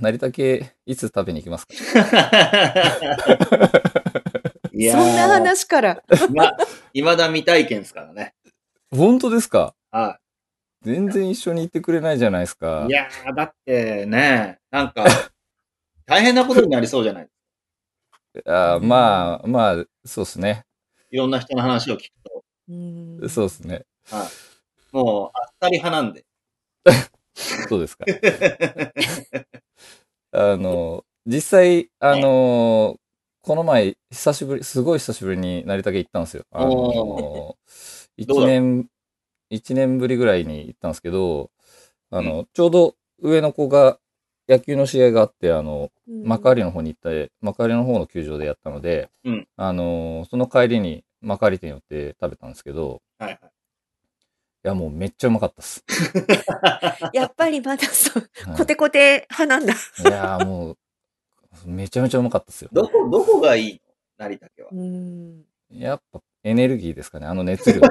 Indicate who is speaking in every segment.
Speaker 1: 成田系、いつ食べに行きますか
Speaker 2: い
Speaker 3: そんな話 から。
Speaker 2: いまだ未体験ですからね。
Speaker 1: 本当ですか
Speaker 2: は
Speaker 1: 全然一緒に行ってくれないじゃないですか。
Speaker 2: い。いやー、だってね、なんか、大変なことになりそうじゃない
Speaker 1: あーまあ、まあ、そうですね。
Speaker 2: いろんな人の話を聞くと、
Speaker 3: うん
Speaker 1: そうですね。
Speaker 2: もう、あっさり派なんで。
Speaker 1: そうですか。あの、実際、あの、この前、久しぶり、すごい久しぶりに成田家行ったんですよ。あの、
Speaker 2: どう
Speaker 1: 一
Speaker 2: だ
Speaker 1: 年、一年ぶりぐらいに行ったんですけど、あの、ちょうど上の子が野球の試合があって、あの、幕張の方に行った、幕張の方の球場でやったので、
Speaker 2: うん
Speaker 1: あの、その帰りに幕張店寄って食べたんですけど、
Speaker 2: はいはい。
Speaker 1: いや、もうめっちゃうまかったっ す。
Speaker 3: やっぱりまだそう、
Speaker 1: はい
Speaker 3: コテコテ派なんだ。
Speaker 1: いやーもう、めちゃめちゃうまかったですよ。
Speaker 2: どこ、どこがいいの成田家は。
Speaker 3: うん。
Speaker 1: やっぱエネルギーですかね、あの熱 量。
Speaker 3: へ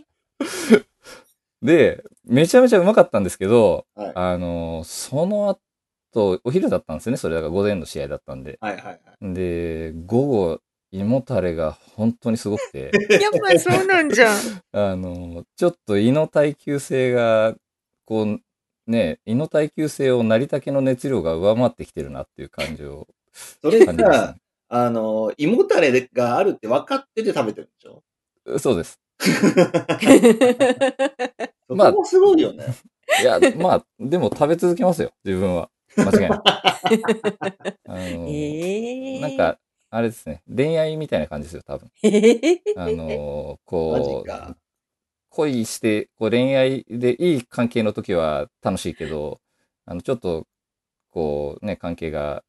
Speaker 3: え
Speaker 1: で、めちゃめちゃうまかったんですけど、
Speaker 2: はい
Speaker 1: あのーその後、お昼だったんですよね、それだから午前の試合だったんで。
Speaker 2: はいはいはい。
Speaker 1: で、午後、胃もたれが本当にすごくて、
Speaker 3: やっぱりそうなんじ ゃん。
Speaker 1: あのーちょっと胃の耐久性が、こう、ね、胃の耐久性を成田家の熱量が上回ってきてるなっていう感じを
Speaker 2: それ
Speaker 1: 感じました
Speaker 2: さ、あの、胃もたれがあるって分かってて食べてるんでしょ
Speaker 1: ね。 そうです。
Speaker 2: そこ
Speaker 1: まあ
Speaker 2: もすごいよね。
Speaker 1: いや、まあ、でも食べ続けますよ、自分 は。間違いない。あのー
Speaker 3: ええ
Speaker 1: なん、か、あれですね、恋愛みたいな感じですよ、多分。
Speaker 3: へえ
Speaker 1: あのー
Speaker 2: マジ
Speaker 1: こう
Speaker 2: か、。
Speaker 1: 恋して、こう恋愛でいい関係の時は楽しいけど、あの、ちょっと、こうね、関係が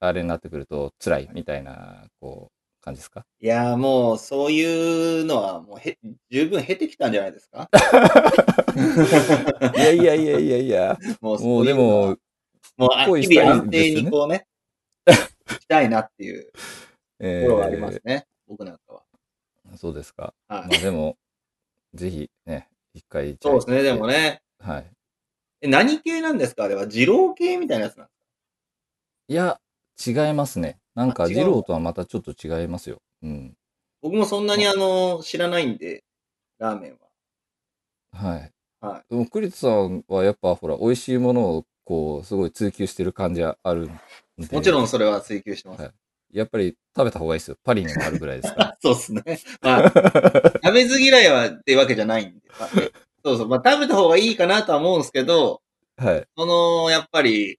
Speaker 1: あれになってくると辛いみたいな、こう、感じですか
Speaker 2: いやーもう、そういうのは、もうへ、十分経てきたんじゃないですか
Speaker 1: いやいやいやいやいや、
Speaker 2: もうそ
Speaker 1: もう
Speaker 2: い
Speaker 1: で
Speaker 2: のは
Speaker 1: も、
Speaker 2: もうあ
Speaker 1: 恋
Speaker 2: 日
Speaker 1: したい
Speaker 2: 々
Speaker 1: ん
Speaker 2: 安定
Speaker 1: ですよ
Speaker 2: に
Speaker 1: ね
Speaker 2: こうね、したいなっていうと
Speaker 1: え
Speaker 2: ころがあります
Speaker 1: ー、
Speaker 2: ね、僕なんかは。
Speaker 1: そうですか。
Speaker 2: は
Speaker 1: まあ
Speaker 2: い、
Speaker 1: でも、ぜひね、一回。
Speaker 2: そうですね、でも。ね。
Speaker 1: はい。
Speaker 2: え何系なんですかあれは、二郎系みたいなやつなんです
Speaker 1: いや、違いますね。なんか、
Speaker 2: あ違うん
Speaker 1: 二
Speaker 2: だ
Speaker 1: 郎とはまたちょっと違いますよ。うん。
Speaker 2: 僕もそんなにあの、知らないんで、ラーメン
Speaker 1: はい。
Speaker 2: は。はい。
Speaker 1: でも栗田さんはやっぱほら美味しいものをこうすごい追求してる感じはあるんで
Speaker 2: もちろん
Speaker 1: そ
Speaker 2: それは追求してます。
Speaker 1: はいやっぱり食べた方がいいですよパリにもあるぐらいですか
Speaker 2: そうですね。まあ、食べず嫌いはってわけじゃないんで。まあねそうそう。まあ、食べた方がいいかなとは思うんですけど、
Speaker 1: らはい
Speaker 2: その、やっぱり、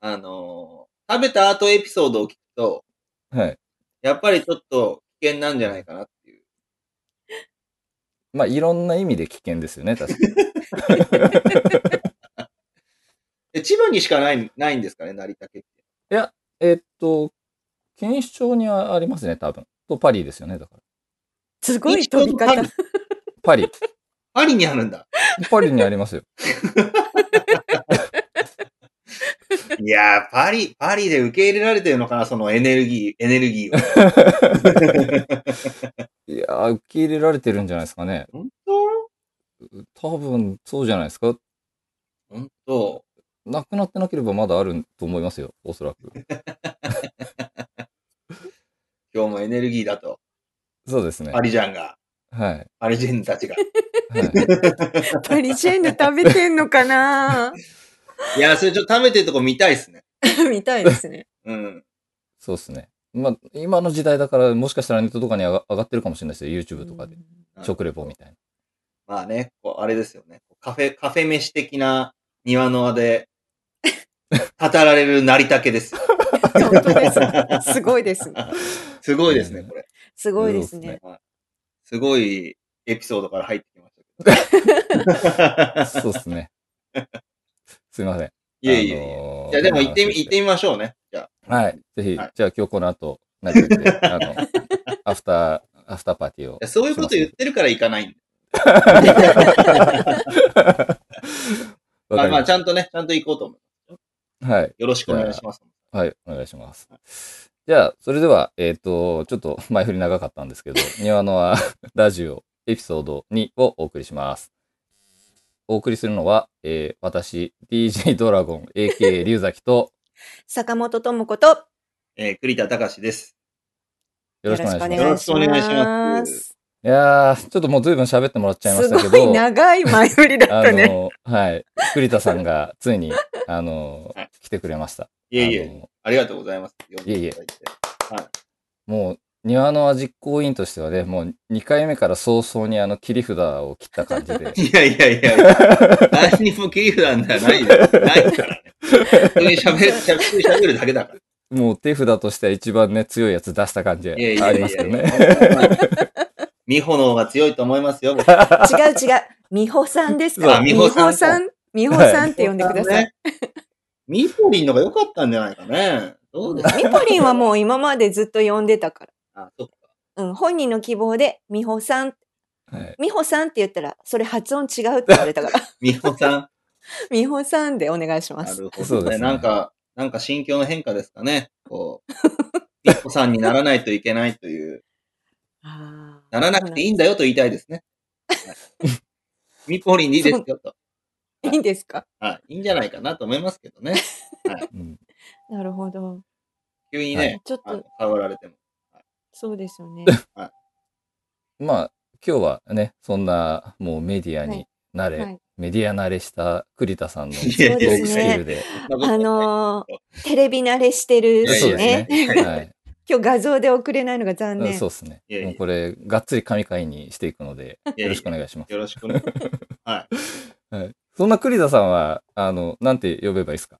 Speaker 2: あのー食べた後エピソードを聞くと、
Speaker 1: はい
Speaker 2: やっぱりちょっと危険なんじゃないかなっていう。
Speaker 1: まあいろんな意味で危険ですよね確か に
Speaker 2: で千葉にしかない、ないんですかね、成田家って。
Speaker 1: えっと錦糸町にはありますね多分とパリですよねだから
Speaker 3: すごい飛び方。
Speaker 1: パリ
Speaker 2: パリにあるんだ。
Speaker 1: パリにあり ますよ
Speaker 2: いやー、パリ、パリで受け入れられてるのかな、そのエネルギー、エネルギーを。
Speaker 1: いやー受け入れられてるんじゃないですかね
Speaker 2: 本当
Speaker 1: 多分そうじゃないですか
Speaker 2: 本当
Speaker 1: なくなってなければまだあると思いますよおそ らく
Speaker 2: 今日もエネルギーだと。
Speaker 1: そうですねは
Speaker 2: パ
Speaker 1: い
Speaker 2: リジャンが、
Speaker 1: はい
Speaker 2: パリジェンたちが。
Speaker 3: パリジェンヌ食べてんのかな
Speaker 2: いやー、それちょっと食べてるとこ見たいですね。
Speaker 3: みたいですね。
Speaker 2: うん。
Speaker 1: そうですね。まあ、今の時代だから、もしかしたらネットとかに上が上がってるかもしれないですよ、YouTube とかで。食レポみたい
Speaker 2: まあね、こうあれですよね。カフェ、カフェ飯的な庭の輪で語られる成田家ですよ。
Speaker 3: うん本当です。すごいです。
Speaker 2: すごいですね、これ。
Speaker 3: すごいですね。
Speaker 2: すごいエピソードから入ってきました
Speaker 1: な。
Speaker 2: けど。
Speaker 1: そうですね。すいません。
Speaker 2: いえいえい
Speaker 1: あ
Speaker 2: え。
Speaker 1: のー
Speaker 2: いや、でも行ってみ、行っ。てみましょうね。じゃあ。
Speaker 1: はい。ぜひ、
Speaker 2: はい
Speaker 1: じゃあ今日この後、何時で、あ の、アフター、アフターパーティーを
Speaker 2: いや。そういうこと言ってるから行かないんで。ま
Speaker 1: わか
Speaker 2: あ
Speaker 1: り
Speaker 2: ま
Speaker 1: ま
Speaker 2: あ、
Speaker 1: し
Speaker 2: ちゃんとね、ちゃんと行こうと思う。
Speaker 1: た。はい。
Speaker 2: よろしくお願いします。
Speaker 1: はい。お願いします。じゃあ、それでは、えっ、と、ちょっと前振り長かったんですけど、庭の輪ラジオエピソード2をお送りします。お送りするのは、えー私、DJ ドラゴン、AK 龍崎と、
Speaker 3: 坂本智子と、。
Speaker 2: えー、栗田隆です。
Speaker 1: よろしくお願いします。
Speaker 2: よろしくお願いします
Speaker 1: いやー、ちょっともう随分喋ってもらっちゃいますしたけど、
Speaker 3: ごい長い前振りだったね。
Speaker 1: あの、はい。栗田さんがついに、あの
Speaker 2: はい、
Speaker 1: 来てくれました。
Speaker 2: いえい
Speaker 1: あ
Speaker 2: え、
Speaker 1: の
Speaker 2: ありがとうございます。
Speaker 1: いえいえ
Speaker 2: 読んでただ
Speaker 1: もう、庭の実行委員としてはね、もう2回目から早々にあの切り札を切った感じで。
Speaker 2: いて。いやいやいや いや、何にも切り札なんじゃないよ。ないからね。普通に喋る、しゃ普通に喋るだけだから。
Speaker 1: もう手札としては一番ね、強いやつ出した感じあ
Speaker 2: いやい
Speaker 1: り
Speaker 2: やい
Speaker 1: ま
Speaker 2: や
Speaker 1: す
Speaker 2: い
Speaker 1: け
Speaker 2: や
Speaker 1: ど
Speaker 2: い
Speaker 1: ね。
Speaker 2: や。美穂の方が強いと思いますよ。僕
Speaker 3: 違う違う。美穂さんですから。
Speaker 2: あ美
Speaker 3: 美穂
Speaker 2: 穂
Speaker 3: さ
Speaker 2: さ
Speaker 3: ん。
Speaker 2: ん
Speaker 3: 美穂さんって呼んでください。。
Speaker 2: ミポリンの方が良かったんじゃないかね。どうですか
Speaker 3: ミポリンはもう今までずっと呼んでたか
Speaker 2: あ、そっか。
Speaker 3: ら。うん、本人の希望で、美穂さん、
Speaker 1: はい
Speaker 3: 美穂さんって言ったら、それ発音違うって言われたから、
Speaker 2: 美穂さん。
Speaker 3: 美穂さんでお願いしま
Speaker 2: な
Speaker 3: す。
Speaker 2: るほ
Speaker 1: そうで
Speaker 2: どね。
Speaker 1: すね
Speaker 2: なんか、なんか心境の変化ですかね。こう、美穂さんにならないといけないという、
Speaker 3: あー
Speaker 2: ならなくていいんだよと言いたいですね。はいミポリンでいいですよと。
Speaker 3: いいんですか
Speaker 2: はい、いいんじゃないかなと思いますけどね。
Speaker 1: うん
Speaker 3: なるほど。
Speaker 2: 急に
Speaker 1: は
Speaker 2: ね、
Speaker 3: ちょっ
Speaker 2: あの
Speaker 3: と、
Speaker 2: 触られても。
Speaker 3: そうですよね。
Speaker 1: まあ、今日はね、そんな、もうメディアに慣れ、
Speaker 3: はい
Speaker 1: メディア慣れした栗田さんのト
Speaker 2: いや
Speaker 3: そう
Speaker 2: いや
Speaker 3: で
Speaker 1: ーク
Speaker 3: す
Speaker 1: ス
Speaker 3: ね
Speaker 1: キルで。
Speaker 2: そんなことは
Speaker 3: あ
Speaker 2: ない
Speaker 3: のーテレビ慣れしてる
Speaker 2: いやいや
Speaker 1: そう
Speaker 3: し
Speaker 1: です
Speaker 3: ね。
Speaker 1: ね。はい。
Speaker 3: 今日画像で送れないのが残
Speaker 1: うん
Speaker 3: 念。
Speaker 1: そうですね
Speaker 2: いやい。や
Speaker 1: もうこれ、がっつり神回にしていくので、
Speaker 2: いや
Speaker 1: よ
Speaker 2: い
Speaker 1: ろ
Speaker 2: や
Speaker 1: しくお願いします。
Speaker 2: よろしくね。はい。
Speaker 1: はい。そんな栗田さんは、あの、なんて呼べばいいですか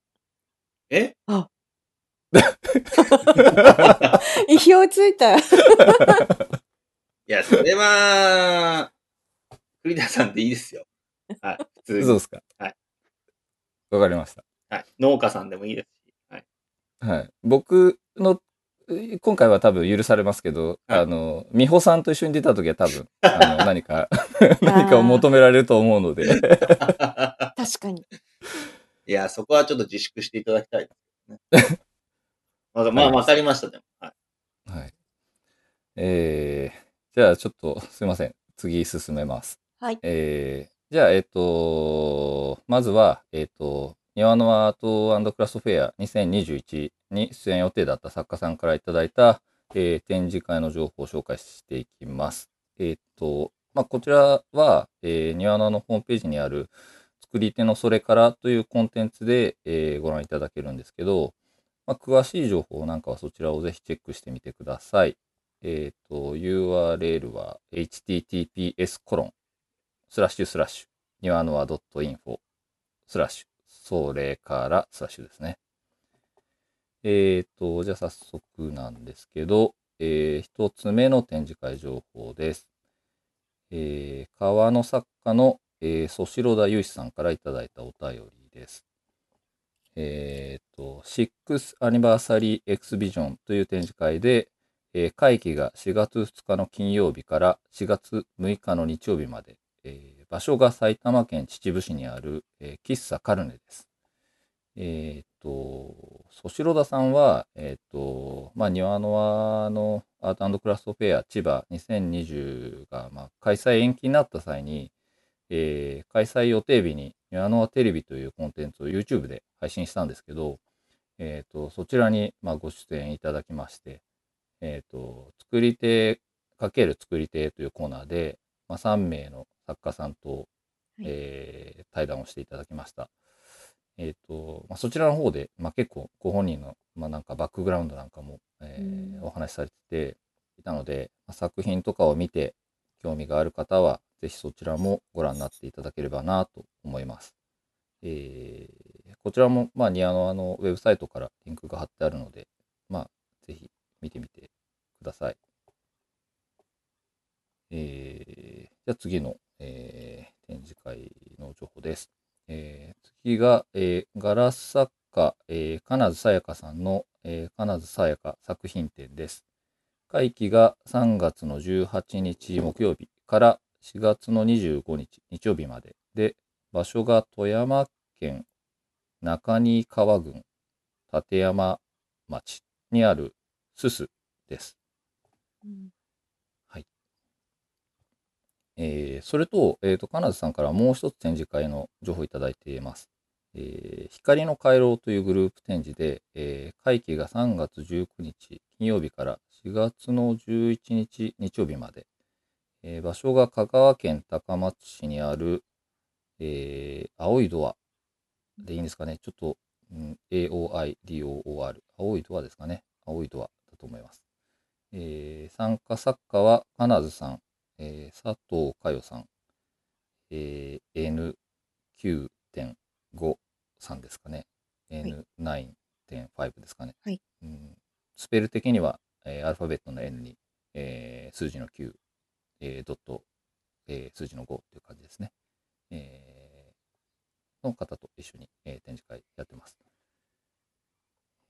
Speaker 2: え
Speaker 3: 意表をついた。
Speaker 2: いや、それは、栗田さんでいいですよ。はい、普
Speaker 1: そ
Speaker 2: 通
Speaker 1: う
Speaker 2: に。
Speaker 1: ですか。
Speaker 2: はい。
Speaker 1: わかりました。
Speaker 2: はい、農家さんでもいいですし。はい、
Speaker 1: はい。僕の、え今回は多分許されますけど、
Speaker 2: はい
Speaker 1: あの、美穂さんと一緒に出た時は多 分、あの、何か、何かを求められると思うので、
Speaker 3: 確かに。
Speaker 2: い や、そこはちょっと自粛していただきたいですね。まあ、まあ、わかりました、でも。はい。
Speaker 1: はい。えー、じゃあちょっと、すいません。次進めます。
Speaker 3: はい。
Speaker 1: えー、じゃあ、えっ、と、まずは、えっ、と、庭のアートクラフトフェア2021に出演予定だった作家さんからいただいた、えー展示会の情報を紹介していきます。えっ、と、まあ、こちらは、えー、庭ののホームページにある、作り手のそれからというコンテンツで、えーご覧いただけるんですけど、まあ、詳しい情報なんかはそちらをぜひチェックしてみてください。えっ、と、URL は https コロンスラッシュスラッシュ、ニワノア .info、スラッシュ、それからスラッシュですね。えーと、じゃあ早速なんですけど、えー一つ目の展示会情報です。えー、川の作家の、えー、ソシロダユイシさんからいただいたお便りです。えーと、6 Anniversary Exhibition という展示会で、えー会期が4月2日の金曜日から4月6日の日曜日まで、えー場所が埼玉県秩父市にある、えー喫茶カルネです。えーっと、ソシロダさんは、えーっと、まあ、庭の輪のアートクラフトフェア千葉2020が、まあ、開催延期になった際に、えー開催予定日に庭の輪テレビというコンテンツを YouTube で配信したんですけど、えーっと、そちらに、まあ、ご出演いただきまして、えーっと、作り手×作り手というコーナーで、まあ、3名の作家さんと、
Speaker 3: い
Speaker 1: えー対談をしていただきました。えっ、と、まあ、そちらの方で、まあ、結構ご本人の、まあ、なんかバックグラウンドなんかも、えー
Speaker 3: うん
Speaker 1: お話しされていたので、まあ作品とかを見て興味がある方は、ぜひそちらもご覧になっていただければなと思います。えーこちらも、まあ、ニアノアのウェブサイトからリンクが貼ってあるので、まあ、ぜひ見てみてください。えーじゃあ次の、えー展示会の情報です。えー次が、えーガラス作家、えー、金津さやかさんの、えー、金津さやか作品展です。会期が3月の18日木曜日から4月の25日日曜日までで、場所が富山県中新川郡立山町にあるすすです。
Speaker 3: うん
Speaker 1: えーそれと、えっ、と、金津さんからもう一つ展示会の情報をいただいています。えー光の回廊というグループ展示で、えー会期が3月19日金曜日から4月の11日日曜日まで、えー場所が香川県高松市にある、えー青いドアでいいんですかね。ちょっと、うん、AOIDOOR、青いドアですかね。青いドアだと思います。えー参加作家は金津さん、えー佐藤佳代さん、えー N9.5 さんですかね。N9.5 ですかね。
Speaker 3: はい
Speaker 1: うんスペル的には、えーアルファベットの N に、えー数字の9、えードット、えー数字の5という感じですね。えーの方と一緒に、えー展示会やってます。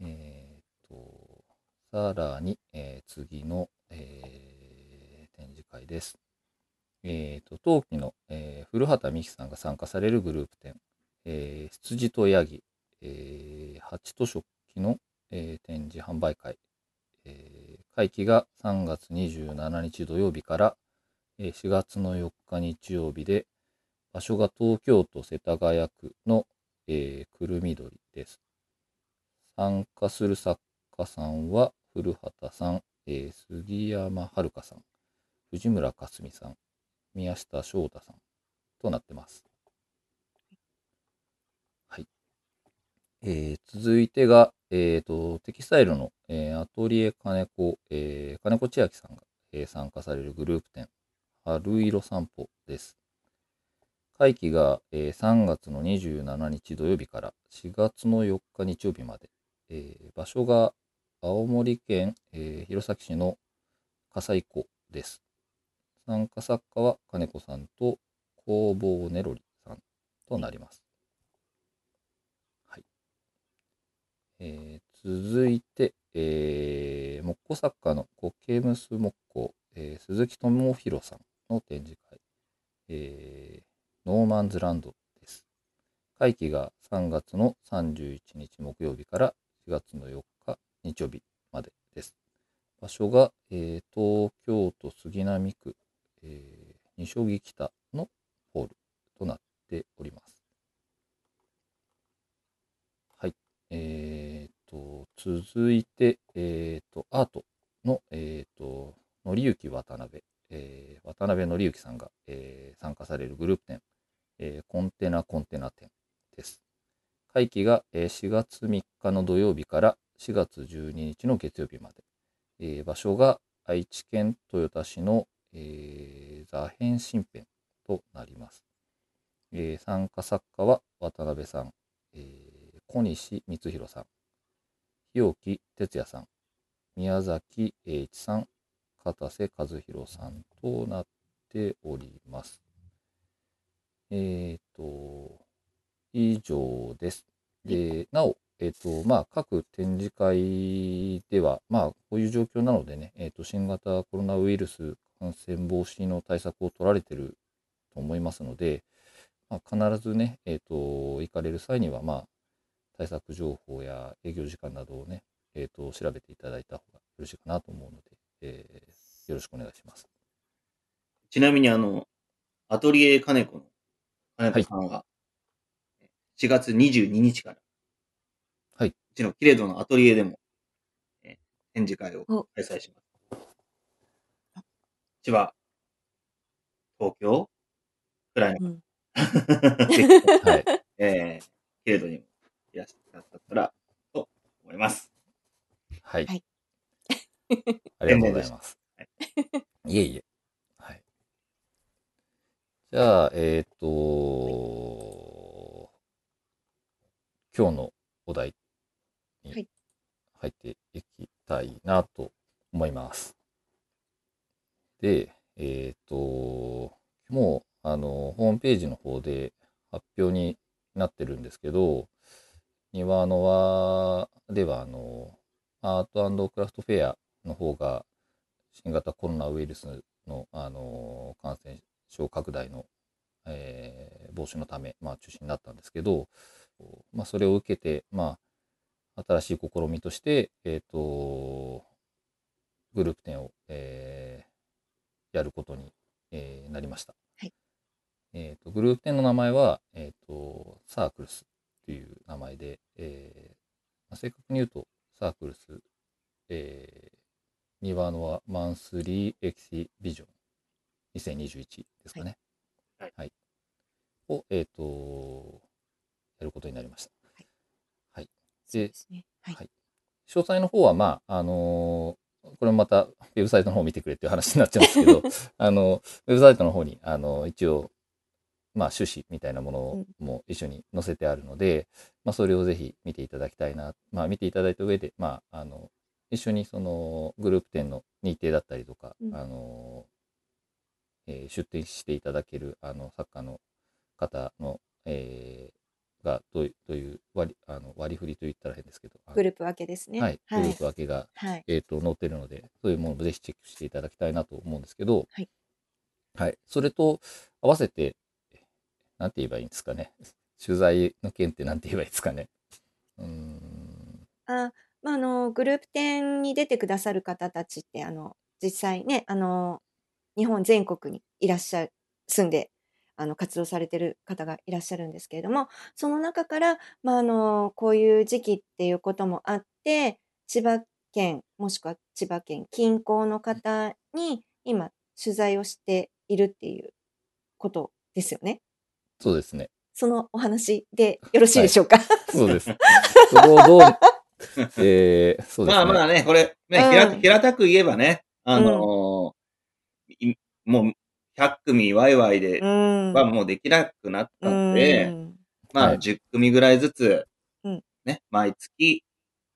Speaker 1: えーと、さらに、えー次の、えー展示会です。えーと、冬季の、えー古畑美樹さんが参加されるグループ展、えー羊とヤギ、えー蜂と食器の、えー展示販売会、えー会期が3月27日土曜日から、えー4月の4日日曜日で、場所が東京都世田谷区の、えーくるみどりです。参加する作家さんは、古畑さん、えー杉山遥さん、藤村かすみさん、宮下翔太さんとなってます。はい。えー続いてが、えーと、テキスタイルの、えーアトリエ金子、えー金子千秋さんが、えー参加されるグループ展、春色散歩です。会期が、えー3月の27日土曜日から4月の4日日曜日まで、えー場所が青森県、えー弘前市の笠井湖です。参加作家は金子さんと工房ネロリさんとなります。はい。えー続いて、えー木工作家の苔むす木工、えー鈴木智弘さんの展示会、えーノーマンズランドです。会期が3月の31日木曜日から4月の4日日曜日までです。場所が、えー東京都杉並区、えー、西荻北のホールとなっております。はい。えー、と、続いて、えー、と、アートの、えー、と、のりゆき渡辺、えー渡辺のりゆきさんが、えー参加されるグループ展、えーコンテナコンテナ展です。会期が、えー4月3日の土曜日から4月12日の月曜日まで。えー場所が愛知県豊田市の、えー座辺新編となります、えー参加作家は渡辺さん、えー小西光弘さん日置哲也さん宮崎栄一さん片瀬和弘さんとなっておりますえっ、と以上ですでなおえっ、と、まあ、各展示会では、まあ、こういう状況なのでね、えっ、と、新型コロナウイルス感染防止の対策を取られてると思いますので、まあ、必ずね、えっ、と、行かれる際には、まあ、対策情報や営業時間などをね、えっ、と、調べていただいた方がよろしいかなと思うので、えーよろしくお願いします。
Speaker 2: ちなみにあの、アトリエ金子の金子さんは、4月22日から、
Speaker 1: はいう
Speaker 2: ちのキレドのアトリエでも、え展示会を
Speaker 3: お
Speaker 2: 開催します。千葉、東京くらいの、
Speaker 3: うん
Speaker 2: ぜひ
Speaker 1: はい。
Speaker 2: えー、キレドにもいらっしゃったらと思います。
Speaker 1: はい。
Speaker 3: はい
Speaker 1: ありがとうございます。いえいえ。はい。じゃあ、えっ、と、今日のお題に
Speaker 3: はい
Speaker 1: 入っていきたいなと思います。で、えっ、と、もう、あの、ホームページの方で発表になってるんですけど、庭の輪では、あの、アートクラフトフェアの方が新型コロナウイルスの、あのー感染症拡大の、えー防止のため、まあ、中止になったんですけど、まあ、それを受けて、まあ、新しい試みとして、えー、とグループ展を、えーやることにえーなりました。
Speaker 3: はい
Speaker 1: えーとグループ展の名前は、えーとサークルスという名前で、えーまあ正確に言うとサークルス、えー、ニワノワマンスリーエキシビジョン2021ですかね。
Speaker 2: はい
Speaker 1: を、えー、とやることになりました。
Speaker 3: そうですね。はい
Speaker 1: は。い詳細の方は、まあ、あのーこれもまた、ウェブサイトの方を見てくれっていう話になっちゃうんです けど、あの、ウェブサイトの方に、あの、一応、まあ、趣旨みたいなものをも一緒に載せてあるので、まあ、それをぜひ見ていただきたいな、まあ、見ていただいた上で、まあ、あの、一緒にそのグループ展の日程だったりとか、
Speaker 3: うん
Speaker 1: あの、えー出展していただける、あの、作家の方の、えーがどういうどういう割りあの割り振りと言ったら変ですけど、あの
Speaker 3: グループ分けですね。
Speaker 1: はい、グ
Speaker 3: は
Speaker 1: ルー
Speaker 3: い
Speaker 1: プ。分けが、
Speaker 3: はい。
Speaker 1: えー、と載ってるので、そういうものもぜひチェックしていただきたいなと思うんですけど、
Speaker 3: はい
Speaker 1: はいそれと合わせて、なんて言えばいいんですかね、取材の件ってなんて言えばいいですかね。うーん
Speaker 3: あ、まあ、あの、グループ展に出てくださる方たちって、あの、実際ね、あの、日本全国にいらっしゃる、住んで、あの、活動されてる方がいらっしゃるんですけれども、その中から、まあ、あの、こういう時期っていうこともあって、千葉県、もしくは千葉県近郊の方に、今、取材をしているっていうことですよね。
Speaker 1: そうですね。
Speaker 3: そのお話でよろしいでしょうか。
Speaker 1: そうです。そこをどう、えー、そうですね。
Speaker 2: まあまあね、これ、ね、
Speaker 3: う
Speaker 2: 平
Speaker 3: ん
Speaker 2: 平たく言えばね、あのーいもう、100組ワイワイで、
Speaker 3: うん
Speaker 2: はもうできなくなったんで、
Speaker 3: うん
Speaker 2: ま
Speaker 1: は
Speaker 2: あ、
Speaker 1: い
Speaker 2: 10組ぐらいずつ、
Speaker 3: うん
Speaker 2: ね、毎月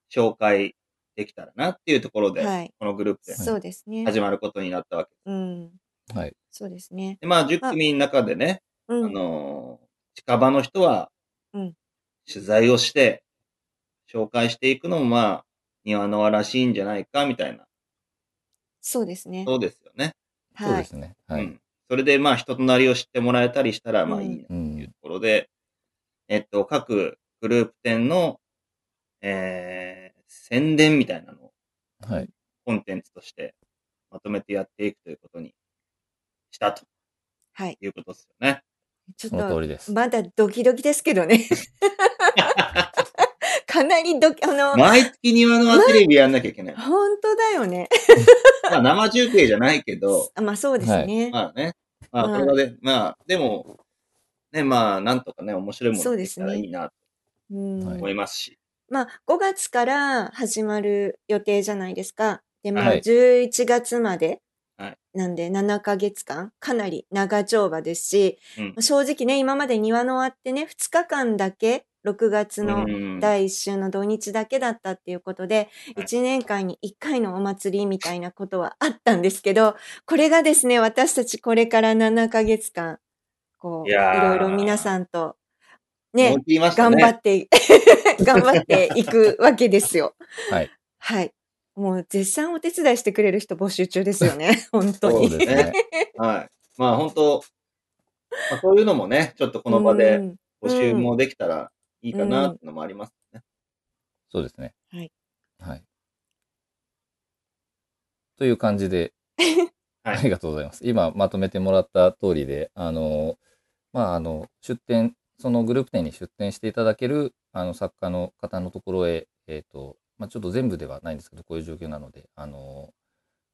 Speaker 2: 紹介できたらなっていうところで、
Speaker 3: はい
Speaker 2: このグループで
Speaker 3: そうですね。
Speaker 2: 始まることになったわけで
Speaker 3: うん、
Speaker 1: はい。
Speaker 3: そうですね。
Speaker 2: まあ、10組の中でね、
Speaker 3: う
Speaker 2: あ
Speaker 3: ん、
Speaker 2: のー近場の人は
Speaker 3: うん、
Speaker 2: 取材をして、紹介していくのも、まあ、庭の輪らしいんじゃないか、みたいな。
Speaker 3: そうですね。
Speaker 2: そうですよね。
Speaker 1: そう
Speaker 3: は
Speaker 1: で
Speaker 3: い
Speaker 1: す。ね。は
Speaker 2: う
Speaker 1: い。
Speaker 2: ん。それで、まあ、人となりを知ってもらえたりしたら、まあ、
Speaker 3: う
Speaker 2: い
Speaker 3: ん
Speaker 2: いな、
Speaker 1: う
Speaker 2: というんと。ころで、えっと、各グループ展の、えー、宣伝みたいなのを
Speaker 1: はい。
Speaker 2: コンテンツとしてまとめてやっていくということにしたと
Speaker 3: はい。
Speaker 2: いうことですよね。
Speaker 3: ちょっ
Speaker 1: その通
Speaker 3: と、
Speaker 1: りです。
Speaker 3: まだドキドキですけどね。かなりドキ、あの、
Speaker 2: 毎月庭の輪テレビやんなきゃいけない。
Speaker 3: 本当だよね。
Speaker 2: まあ、生中継じゃないけど、
Speaker 3: あまあそうですね。
Speaker 2: まあね。まあ、
Speaker 3: はい
Speaker 2: これはね、まあ、でも、ね、まあ、なんとかね、面白いも
Speaker 3: そ
Speaker 2: の
Speaker 3: う
Speaker 2: で
Speaker 3: で
Speaker 2: き
Speaker 3: す
Speaker 2: た
Speaker 3: ね
Speaker 2: らいいなと
Speaker 3: うん
Speaker 1: はい
Speaker 2: 思いますし。
Speaker 3: まあ、5月から始まる予定じゃないですか。で、まあ、
Speaker 1: はい
Speaker 3: 11月まで。
Speaker 2: はい
Speaker 3: なんで、7ヶ月間、かなり長丁場ですし、
Speaker 2: うん
Speaker 3: まあ正直ね、今まで庭の輪ってね、2日間だけ、6月の
Speaker 2: うん
Speaker 3: 第1週の土日だけだったっていうことで、
Speaker 2: はい
Speaker 3: 1年間に1回のお祭りみたいなことはあったんですけど、これがですね、私たちこれから7ヶ月間、こう、
Speaker 2: い
Speaker 3: い
Speaker 2: やー
Speaker 3: ろいろ皆さんと、
Speaker 2: 思
Speaker 3: ね
Speaker 2: い、切りました
Speaker 3: 頑張
Speaker 2: ね。
Speaker 3: って、 頑張っていくわけですよ。
Speaker 1: はい。
Speaker 3: はい。もう絶賛お手伝いしてくれる人募集中ですよね。本当
Speaker 1: そ
Speaker 3: に。
Speaker 1: うですね。
Speaker 2: はい。まあ、本当、まあ、そういうのもね、ちょっとこの場
Speaker 3: う
Speaker 2: で
Speaker 3: ん
Speaker 2: 募集もできたらいいかなっていうのもありますね。、
Speaker 1: そうですね。
Speaker 3: はい。
Speaker 1: はい。という感じで
Speaker 2: はい
Speaker 1: ありがとうございます。今まとめてもらった通りで、あの、まあ、あの、出展、そのグループ展に出展していただける、あの、作家の方のところへ、えっ、と、まあ、ちょっと全部ではないんですけど、こういう状況なので、あの、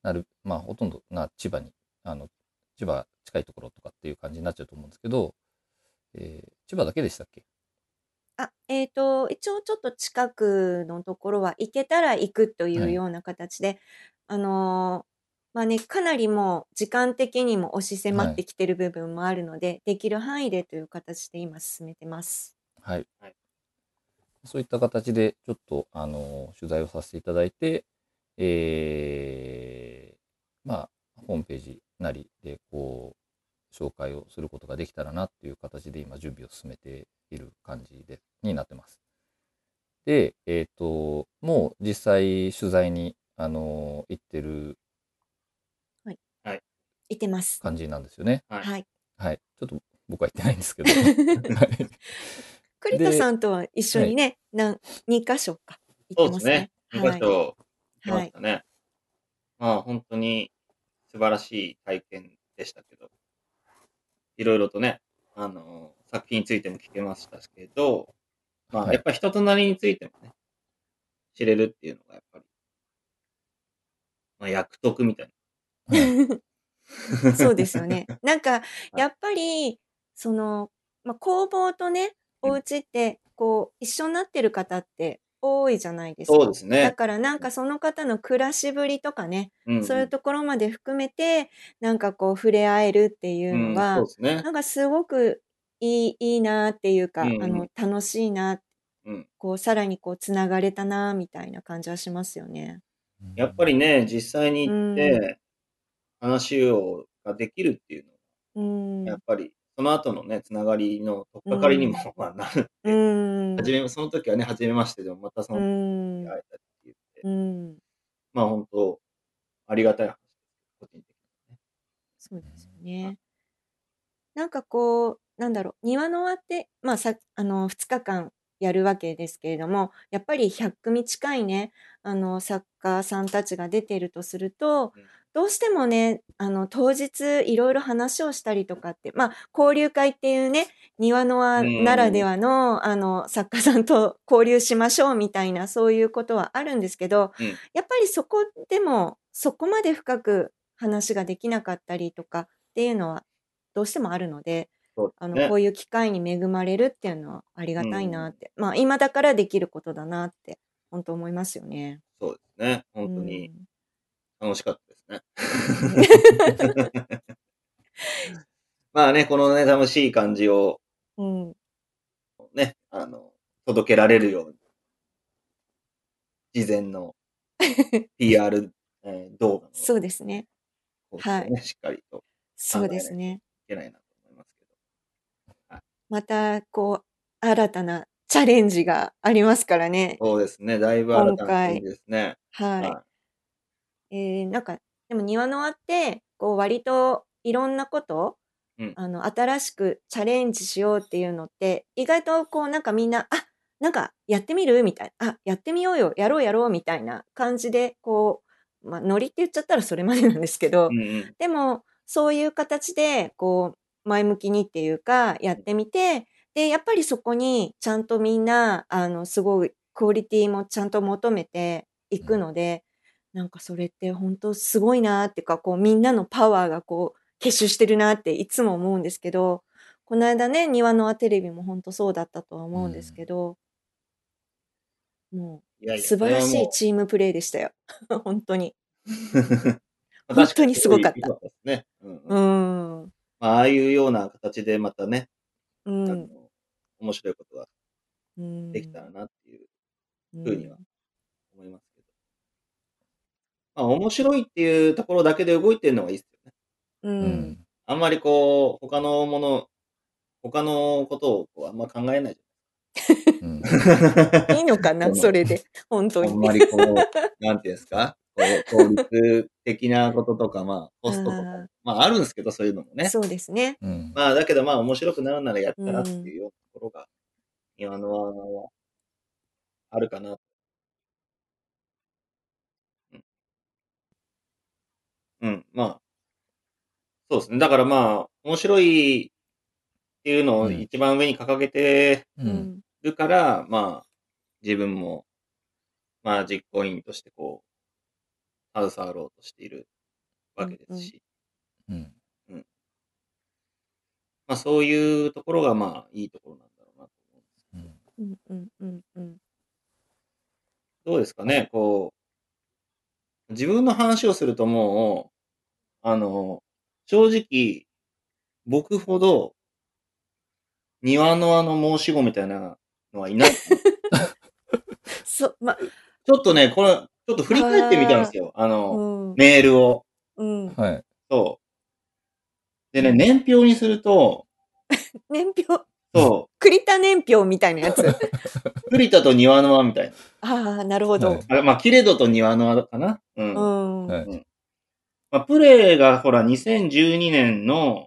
Speaker 1: なる、まあ、ほとんど、な、千葉に、あの、千葉近いところとかっていう感じになっちゃうと思うんですけど、えー千葉だけでしたっけ
Speaker 3: あ、えっ、と、一応ちょっと近くのところは行けたら行くとい
Speaker 1: は
Speaker 3: う
Speaker 1: い
Speaker 3: ような形で、あのーまあね、かなりもう時間的にも押し迫ってきてる部分もあるので、できる範囲でという形で今進めてます。
Speaker 1: はい。
Speaker 2: はい
Speaker 1: そういった形で、ちょっと、あの、取材をさせていただいて、えーまあ、ホームページなりで、こう、紹介をすることができたらなっていう形で、今、準備を進めている感じで、になってます。で、えっ、と、もう実際、取材に、あの、行ってる
Speaker 3: 行ってます。
Speaker 1: 感じなんですよね。
Speaker 2: はい
Speaker 3: はい。
Speaker 1: はい。ちょっと、僕は行ってないんですけ ど。はい
Speaker 3: 栗田さんとは一緒にね、なん2箇所か行って
Speaker 2: そう
Speaker 3: ま
Speaker 2: ですす
Speaker 3: ね
Speaker 2: ね。。2箇所来
Speaker 3: は
Speaker 2: ま
Speaker 3: い
Speaker 2: し。たね。まあ、本当に素晴らしい体験でしたけど、いろいろとね、あの、作品についても聞けましたけど、ま
Speaker 1: は
Speaker 2: あ、
Speaker 1: い
Speaker 2: やっぱ人となりについてもね、知れるっていうのがやっぱり、まあ、役得みたい な。
Speaker 3: そうですよね。な んか、やっぱり、その、まあ、工房とね、お家って、こう、一緒になってる方って多いじゃないですか。
Speaker 2: そうですね
Speaker 3: だから、なんかその方の暮らしぶりとかね、
Speaker 2: うん
Speaker 3: そういうところまで含めて、なんかこう、触れ合えるっていうのは、
Speaker 2: うんそうですね
Speaker 3: な。んかすごくいい、いいなっていうか、
Speaker 2: うんうん
Speaker 3: あの、楽しいな、
Speaker 2: うん。
Speaker 3: こう、さらにこう、つながれたな、みたいな感じはしますよね。
Speaker 2: やっぱりね、実際に行っ
Speaker 3: う
Speaker 2: て、話を、ができるっていうの
Speaker 3: うん。
Speaker 2: は、やっぱり、その後のね、つながりの取っかかりにも、まあ、なるんで、
Speaker 3: うん。
Speaker 2: はじめ、その時はね、初めましてでも、またその
Speaker 3: う
Speaker 2: 時
Speaker 3: ん
Speaker 2: に会えたりって言って、
Speaker 3: うん。
Speaker 2: まあ本当、ありがたい話個人的
Speaker 3: そうですよね。なんかこう、なんだろう、庭の輪って、まあさ、あの、2日間やるわけですけれども、やっぱり100組近いね、あの、作家さんたちが出てるとすると
Speaker 2: うん、
Speaker 3: どうしてもね、あの、当日いろいろ話をしたりとかって、まあ、交流会っていうね、庭の輪ならではの、あの、作家さんと交流しましょうみたいな、そういうことはあるんですけど、
Speaker 2: うん
Speaker 3: やっぱりそこでも、そこまで深く話ができなかったりとかっていうのはどうしてもあるので、
Speaker 2: そう
Speaker 3: あ
Speaker 2: です
Speaker 3: の、
Speaker 2: ね
Speaker 3: こういう機会に恵まれるっていうのはありがたいなって、まあ今だからできることだなって、本当思いますよね。
Speaker 2: そうですね。本当に楽しかったですね。 まあね、このね、楽しい感じを
Speaker 3: うん。うん。
Speaker 2: ね、あの、届けられるように、事前 の PR、えー動画の
Speaker 3: そうですね。
Speaker 2: 構成をね、しっかりとい
Speaker 3: そうですね。
Speaker 2: けないなと思いますけど。
Speaker 3: また、こう、新たなチャレンジがありますからね。
Speaker 2: そうですね。だいぶ新たな感じですね。
Speaker 3: はい。
Speaker 2: は
Speaker 3: えーなんか、でも庭の輪って、こう割といろんなことを、
Speaker 2: うん
Speaker 3: あの、新しくチャレンジしようっていうのって、意外とこうなんかみんな、あ、なんかやってみるみたいな、あ、やってみようよ、やろうやろうみたいな感じで、こう、まあ、ノリって言っちゃったらそれまでなんですけど、
Speaker 2: うんうん。
Speaker 3: でも、そういう形で、こう、前向きにっていうか、やってみて、で、やっぱりそこに、ちゃんとみんな、あの、すごい、クオリティもちゃんと求めていくので、なんかそれって本当すごいなっていうか、こう、みんなのパワーがこう、結集してるなっていつも思うんですけど、この間ね、庭の輪テレビも本当そうだったとは思うんですけど、も
Speaker 2: いや
Speaker 3: う、素晴らしい
Speaker 2: チ
Speaker 3: チームプレーでしたよ。 本当に。
Speaker 2: ーム。
Speaker 3: 本当にすごかった
Speaker 2: 確に良ですね。うんうん
Speaker 3: うん。う
Speaker 2: まあ、ああいうような形でまたね、あの
Speaker 3: ん。
Speaker 2: 面白いことが
Speaker 3: うん
Speaker 2: できたらなっていう
Speaker 3: うん
Speaker 2: ふうには思いますけど。まあ、面白いっていうところだけで動いてるのがいいですよね。
Speaker 3: う。
Speaker 1: うんん。
Speaker 2: あんまりこう、他のもの、他のことをこうあんま考えないじ
Speaker 1: うん。
Speaker 2: ゃない
Speaker 3: いいの かな、それで。本当
Speaker 2: あん
Speaker 3: に。
Speaker 2: まりこう、なんていうんですか、こう効率的なこととか、まあ、コストとか
Speaker 3: あー、
Speaker 2: まあ、あるんですけど、そういうのもね。
Speaker 3: そうですね。
Speaker 1: うん。
Speaker 2: まあ、だけど、まあ、面白くなるならやったらっていうようなところが、今のは、あるかな。うん。うん、まあ、そうですね。だからまあ、面白いっていうのを
Speaker 1: うん
Speaker 2: 一番上に掲げて
Speaker 1: う。
Speaker 3: うんん。
Speaker 2: るから、まあ、自分も、まあ、実行委員としてこう、携わろうとしているわけですし、
Speaker 1: うん。
Speaker 2: まあ、そういうところが、まあ、いいところなんだろうなと思うんです
Speaker 1: うん。
Speaker 3: うん。うん。うん。うん。
Speaker 2: どうですかね、こう、自分の話をするともう、あの、正直、僕ほど、庭のあの申し子みたいなのはいないかな。ち
Speaker 3: そう、ま、
Speaker 2: ょっとね、これ、ちょっと振り返ってみたんですよ。あ
Speaker 3: う
Speaker 2: の、
Speaker 3: ん。
Speaker 2: メールを。
Speaker 3: うん。
Speaker 1: はい。
Speaker 2: そう。でね、年表にすると、
Speaker 3: 年表、
Speaker 2: そ
Speaker 3: 栗田年表みたいなやつ。
Speaker 2: う、栗田と庭の輪みたい
Speaker 3: ああ、なるほ
Speaker 1: は
Speaker 3: ど
Speaker 1: い。
Speaker 2: な。あまあ、キレドと庭の輪かな。うん。
Speaker 3: う
Speaker 2: ま
Speaker 3: ん。
Speaker 1: はい
Speaker 2: あ、プレイがほら、2012年の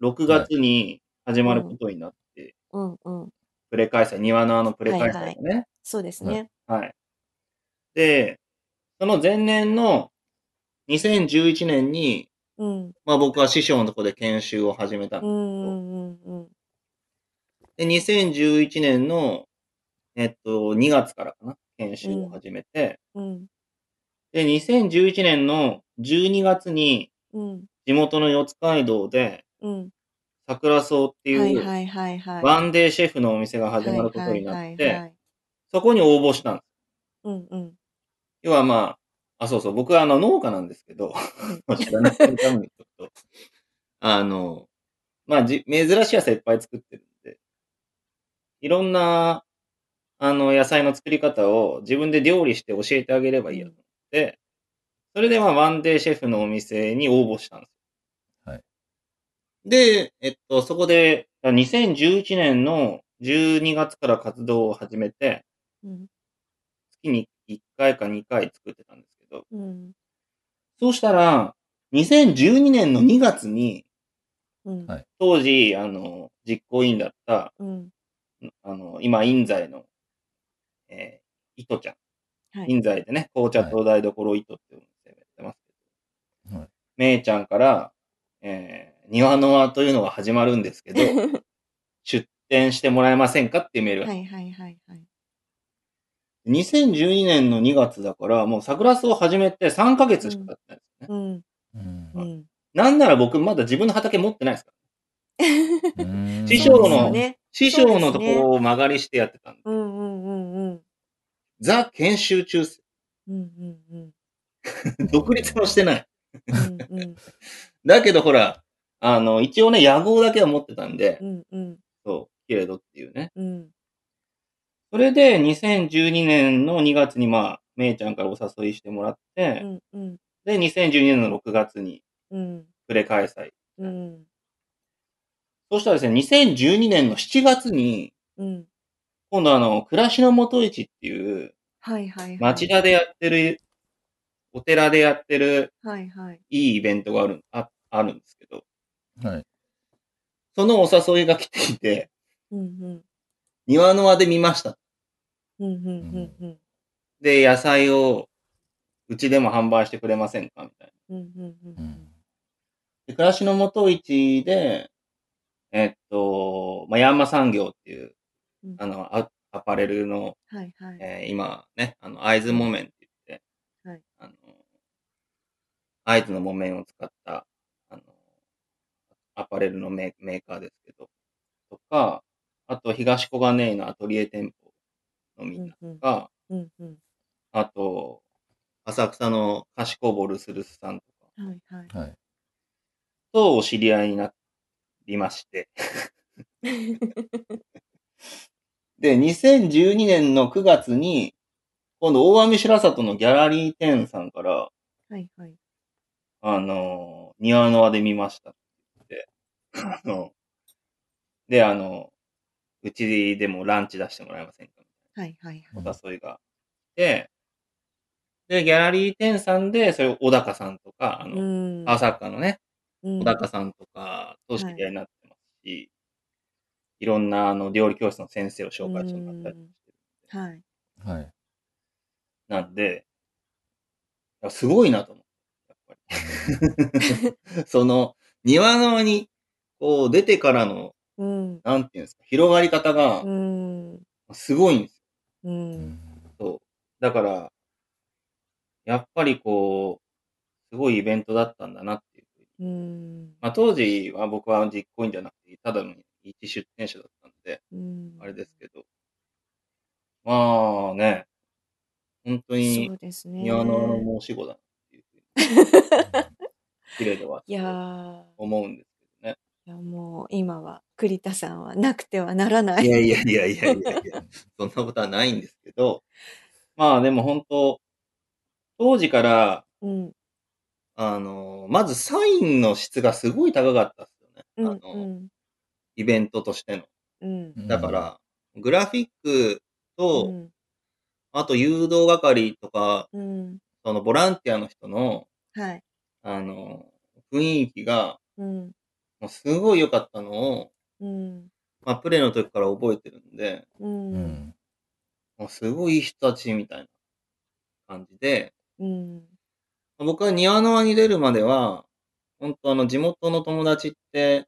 Speaker 2: 6月に始まることになって、
Speaker 3: うん。うん。
Speaker 2: プレ開催、庭のあのプレ開催がね。
Speaker 3: そうですね。
Speaker 2: はい。で、その前年の2011年に
Speaker 3: うん。
Speaker 2: まあ僕は師匠のとこで研修を始めた
Speaker 3: う。んうんうんうん。
Speaker 2: で、2011年の、えっと、2月からかな、研修を始めて、
Speaker 3: うん
Speaker 2: で、2011年の12月に
Speaker 3: うん
Speaker 2: 地元の四街道で
Speaker 3: うん。
Speaker 2: 桜草って
Speaker 3: はいいうはいはいはい。
Speaker 2: ワンデーシェフのお店が始まることにな
Speaker 3: はい
Speaker 2: っ
Speaker 3: はいはいは
Speaker 2: て、
Speaker 3: い
Speaker 2: そこに応募したんです。
Speaker 3: うんうん。
Speaker 2: 要はまあ、あ、そうそう、僕はあの農家なんですけど、 知らない人のためにちょっと、あの、まあじ、珍しい野菜いっぱい作ってるんで、いろんな、あの、野菜の作り方を自分で料理して教えてあげればいいやと思って、それでまあ、ワンデーシェフのお店に応募したんですよ。
Speaker 1: はい。
Speaker 2: で、えっと、そこで、2011年の12月から活動を始めて、
Speaker 3: うん
Speaker 2: 月に1回か2回作ってたんですけど、
Speaker 3: うん
Speaker 2: そうしたら、2012年の2月に、
Speaker 3: うん
Speaker 1: はい
Speaker 2: 当時、あの、実行委員だった、
Speaker 3: うん
Speaker 2: あの、今、印西の、えー、糸ちゃん。
Speaker 3: はい
Speaker 2: 印西でね、紅茶と台所糸っていうお店やってますけど、
Speaker 1: はい
Speaker 2: めいちゃんから、えー、庭の輪というのが始まるんですけど、 出店してもらえませんかっていうメールが、
Speaker 3: はいはいはいはい。
Speaker 2: 2012年の2月だから、もう桜巣を始めて3ヶ月しか経ってないですよね。
Speaker 3: うん
Speaker 1: うん
Speaker 3: う。ん。
Speaker 2: なんなら僕まだ自分の畑持ってないですから。
Speaker 1: うん
Speaker 2: 師匠の
Speaker 3: そうですよね
Speaker 2: 師匠のところを曲がりしてやってたんで
Speaker 3: うんうんうんうん
Speaker 2: ザ研修中っす、
Speaker 3: うんうんうん
Speaker 2: 独立もしてない。
Speaker 3: うんうん
Speaker 2: だけどほら、あの、一応ね、野号だけは持ってたんで
Speaker 3: う、んうん
Speaker 2: そう、けれどっていうね。
Speaker 3: うん
Speaker 2: それで、2012年の2月に、まあ、めいちゃんからお誘いしてもらって、
Speaker 3: うんうん
Speaker 2: で、2012年の6月に、
Speaker 3: うん
Speaker 2: プレ開催。
Speaker 3: うん
Speaker 2: そうしたらですね、2012年の7月に、
Speaker 3: うん
Speaker 2: 今度あの、暮らしの元市っていう、
Speaker 3: はいはいはい。
Speaker 2: 町田でやってる、お寺でやってる、
Speaker 3: はいはい。
Speaker 2: いいイベントがある、ああるんですけど、
Speaker 1: はい。
Speaker 2: そのお誘いが来ていて、
Speaker 3: うんうん
Speaker 2: 庭の輪で見ました。
Speaker 3: うんうんうん
Speaker 2: で、野菜を、うちでも販売してくれませんかみたいな。
Speaker 3: うんうんうんう
Speaker 1: うんん
Speaker 2: で、暮らしの元市で、えっと、まあ、ヤンマ産業っていう
Speaker 3: うん、
Speaker 2: あの、アアパレルの、
Speaker 3: はいはい。
Speaker 2: えー今ね、あの、会津木綿って言って、
Speaker 3: はい
Speaker 2: あの、会津の木綿を使った、あの、アパレルのメーメーカーですけど、とか、あと、東小金井のアトリエ店舗のみ
Speaker 3: うんん
Speaker 2: な
Speaker 3: うん
Speaker 2: が、
Speaker 3: うんうん
Speaker 2: あと、浅草の菓子工房ルスルスさんとか
Speaker 3: はいはい。
Speaker 1: はい。
Speaker 2: とお知り合いになりまして。で、2012年の9月に、今度大網白里のギャラリー店さんから、
Speaker 3: はいはい。
Speaker 2: あのー、庭の輪で見ましたって言って、あの、で、あの、うちでもランチ出してもらえませんか
Speaker 3: はいはいはい。
Speaker 2: お誘いが。で、で、ギャラリー店さんで、それを小高さんとか、あ
Speaker 3: う
Speaker 2: の、
Speaker 3: ん。
Speaker 2: 川サッカーのね、
Speaker 3: うん
Speaker 2: 小高さんとかと知り合いになってますし、い、ろんなあの料理教室の先生を紹介してもらったりもしてる
Speaker 3: はい。
Speaker 1: はい。
Speaker 2: なんで、いやすごいなと思う。やっ ぱり。その、庭側に、こう、出てからの、
Speaker 3: うん。
Speaker 2: なんていうんですか、広がり方が
Speaker 3: う、ん。
Speaker 2: すごいんですよ。
Speaker 1: う
Speaker 3: う。
Speaker 1: んん
Speaker 2: そうだから、やっぱりこう、すごいイベントだったんだなっていう。
Speaker 3: うん。
Speaker 2: まあ当時は僕は実行委員じゃなくて、ただの一出店者だったんで、
Speaker 3: うん。
Speaker 2: あれですけど。まあね、本当
Speaker 3: そ
Speaker 2: に
Speaker 3: うですね。
Speaker 2: 庭の申し子だなっていうふうに、綺麗ではい
Speaker 3: やー
Speaker 2: 思うんですけどね。
Speaker 3: いやもう今は栗田さんはなくてはならないい。
Speaker 2: やいやいやいやいやいや、そんなことはないんですけど、まあでも本当、当時から、
Speaker 3: うん。
Speaker 2: あの、まずサインの質がすごい高かったですよね。
Speaker 3: う
Speaker 2: あ
Speaker 3: ん
Speaker 2: の、
Speaker 3: うん
Speaker 2: イベントとしての。
Speaker 3: うん。
Speaker 2: だから、グラフィック
Speaker 3: う
Speaker 2: と、
Speaker 3: ん
Speaker 2: あと誘導係とか、
Speaker 3: うん。
Speaker 2: そのボランティアの人の
Speaker 3: はい。
Speaker 2: あの、雰囲気が、
Speaker 3: うん
Speaker 2: もうすごい良かったのを、
Speaker 3: うん
Speaker 2: まあ、プレイの時から覚えてるんで、
Speaker 3: う
Speaker 1: うんん、
Speaker 2: もうすごいいい人たちみたいな感じで、
Speaker 3: うん
Speaker 2: 僕は庭の輪に出るまでは、本当あの、地元の友達って、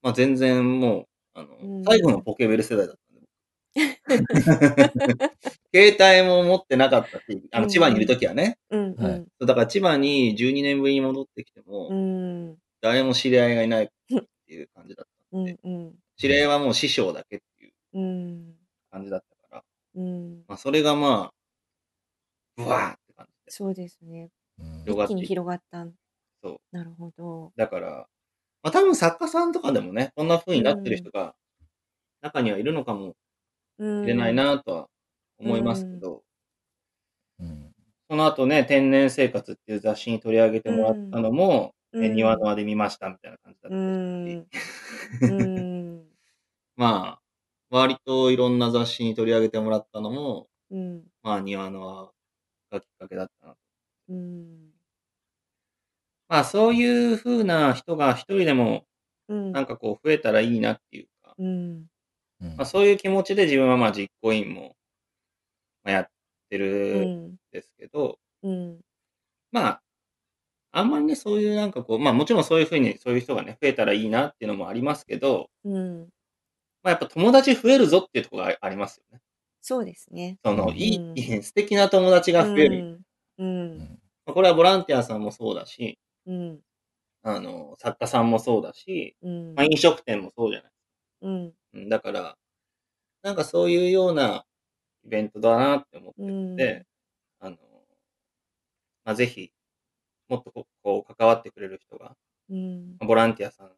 Speaker 2: まあ、全然もう、あの、
Speaker 3: うん
Speaker 2: 最後のポケベル世代だったんで、僕 携帯も持ってなかったし、あ
Speaker 3: う
Speaker 2: の、
Speaker 3: ん
Speaker 2: 千葉にいるときはね。
Speaker 3: うん
Speaker 1: は
Speaker 3: う
Speaker 1: い
Speaker 2: そうだから千葉に12年ぶりに戻ってきても、
Speaker 3: んうん
Speaker 2: 誰も知り合いがいないっていう感じだった
Speaker 3: うん
Speaker 2: で、
Speaker 3: ん
Speaker 2: 知り合いはもう師匠だけっていう
Speaker 3: うん
Speaker 2: 感じだったから、
Speaker 3: うん
Speaker 2: まあ、それがまあ、ブワーって感じ
Speaker 3: そうですね
Speaker 1: うん
Speaker 2: よかっ
Speaker 3: 一
Speaker 2: た
Speaker 3: 気に広がった
Speaker 2: で。そう。
Speaker 3: なるほど
Speaker 2: だから、まあ多分作家さんとかでもね、こんな風になってる人が中にはいるのかも
Speaker 3: 入
Speaker 2: しれないなとは思いますけど、
Speaker 1: うん
Speaker 2: その後ね、天然生活っていう雑誌に取り上げてもらったのも、
Speaker 3: うん
Speaker 2: え庭の輪で見ましたみたいな感じだっ
Speaker 3: う
Speaker 2: たし、
Speaker 3: んうん
Speaker 2: まあ、割といろんな雑誌に取り上げてもらったのも、
Speaker 3: うん
Speaker 2: まあ、庭の輪がきっかけだったな。
Speaker 3: うん
Speaker 2: まあ、そういう風な人が一人でも、
Speaker 3: うん
Speaker 2: なんかこう、増えたらいいなっていうか、
Speaker 3: うん
Speaker 1: うん
Speaker 2: まあ、そういう気持ちで自分はまあ実行委員もまあやって
Speaker 3: う
Speaker 2: るん
Speaker 3: ん
Speaker 2: ですけど、
Speaker 3: うん
Speaker 2: まあ、あんまりね、そういうなんかこう、まあもちろんそういうふうに、そういう人がね、増えたらいいなっていうのもありますけど、
Speaker 3: うん
Speaker 2: まあやっぱ友達増えるぞっていうところがありますよね。
Speaker 3: そうですね
Speaker 2: その、
Speaker 1: うん
Speaker 2: いい、素敵な友達が増える。
Speaker 3: う
Speaker 1: うんん
Speaker 2: まあこれはボランティアさんもそうだし、
Speaker 3: うん
Speaker 2: あの、作家さんもそうだし、
Speaker 3: うん
Speaker 2: まあ飲食店もそうじゃない。
Speaker 3: うん
Speaker 2: うんだから、なんかそういうようなイベントだなって思ってるので、あの、まあ、ぜひ、もっとここう関わってくれる人が、
Speaker 3: うん
Speaker 2: まあボランティアさん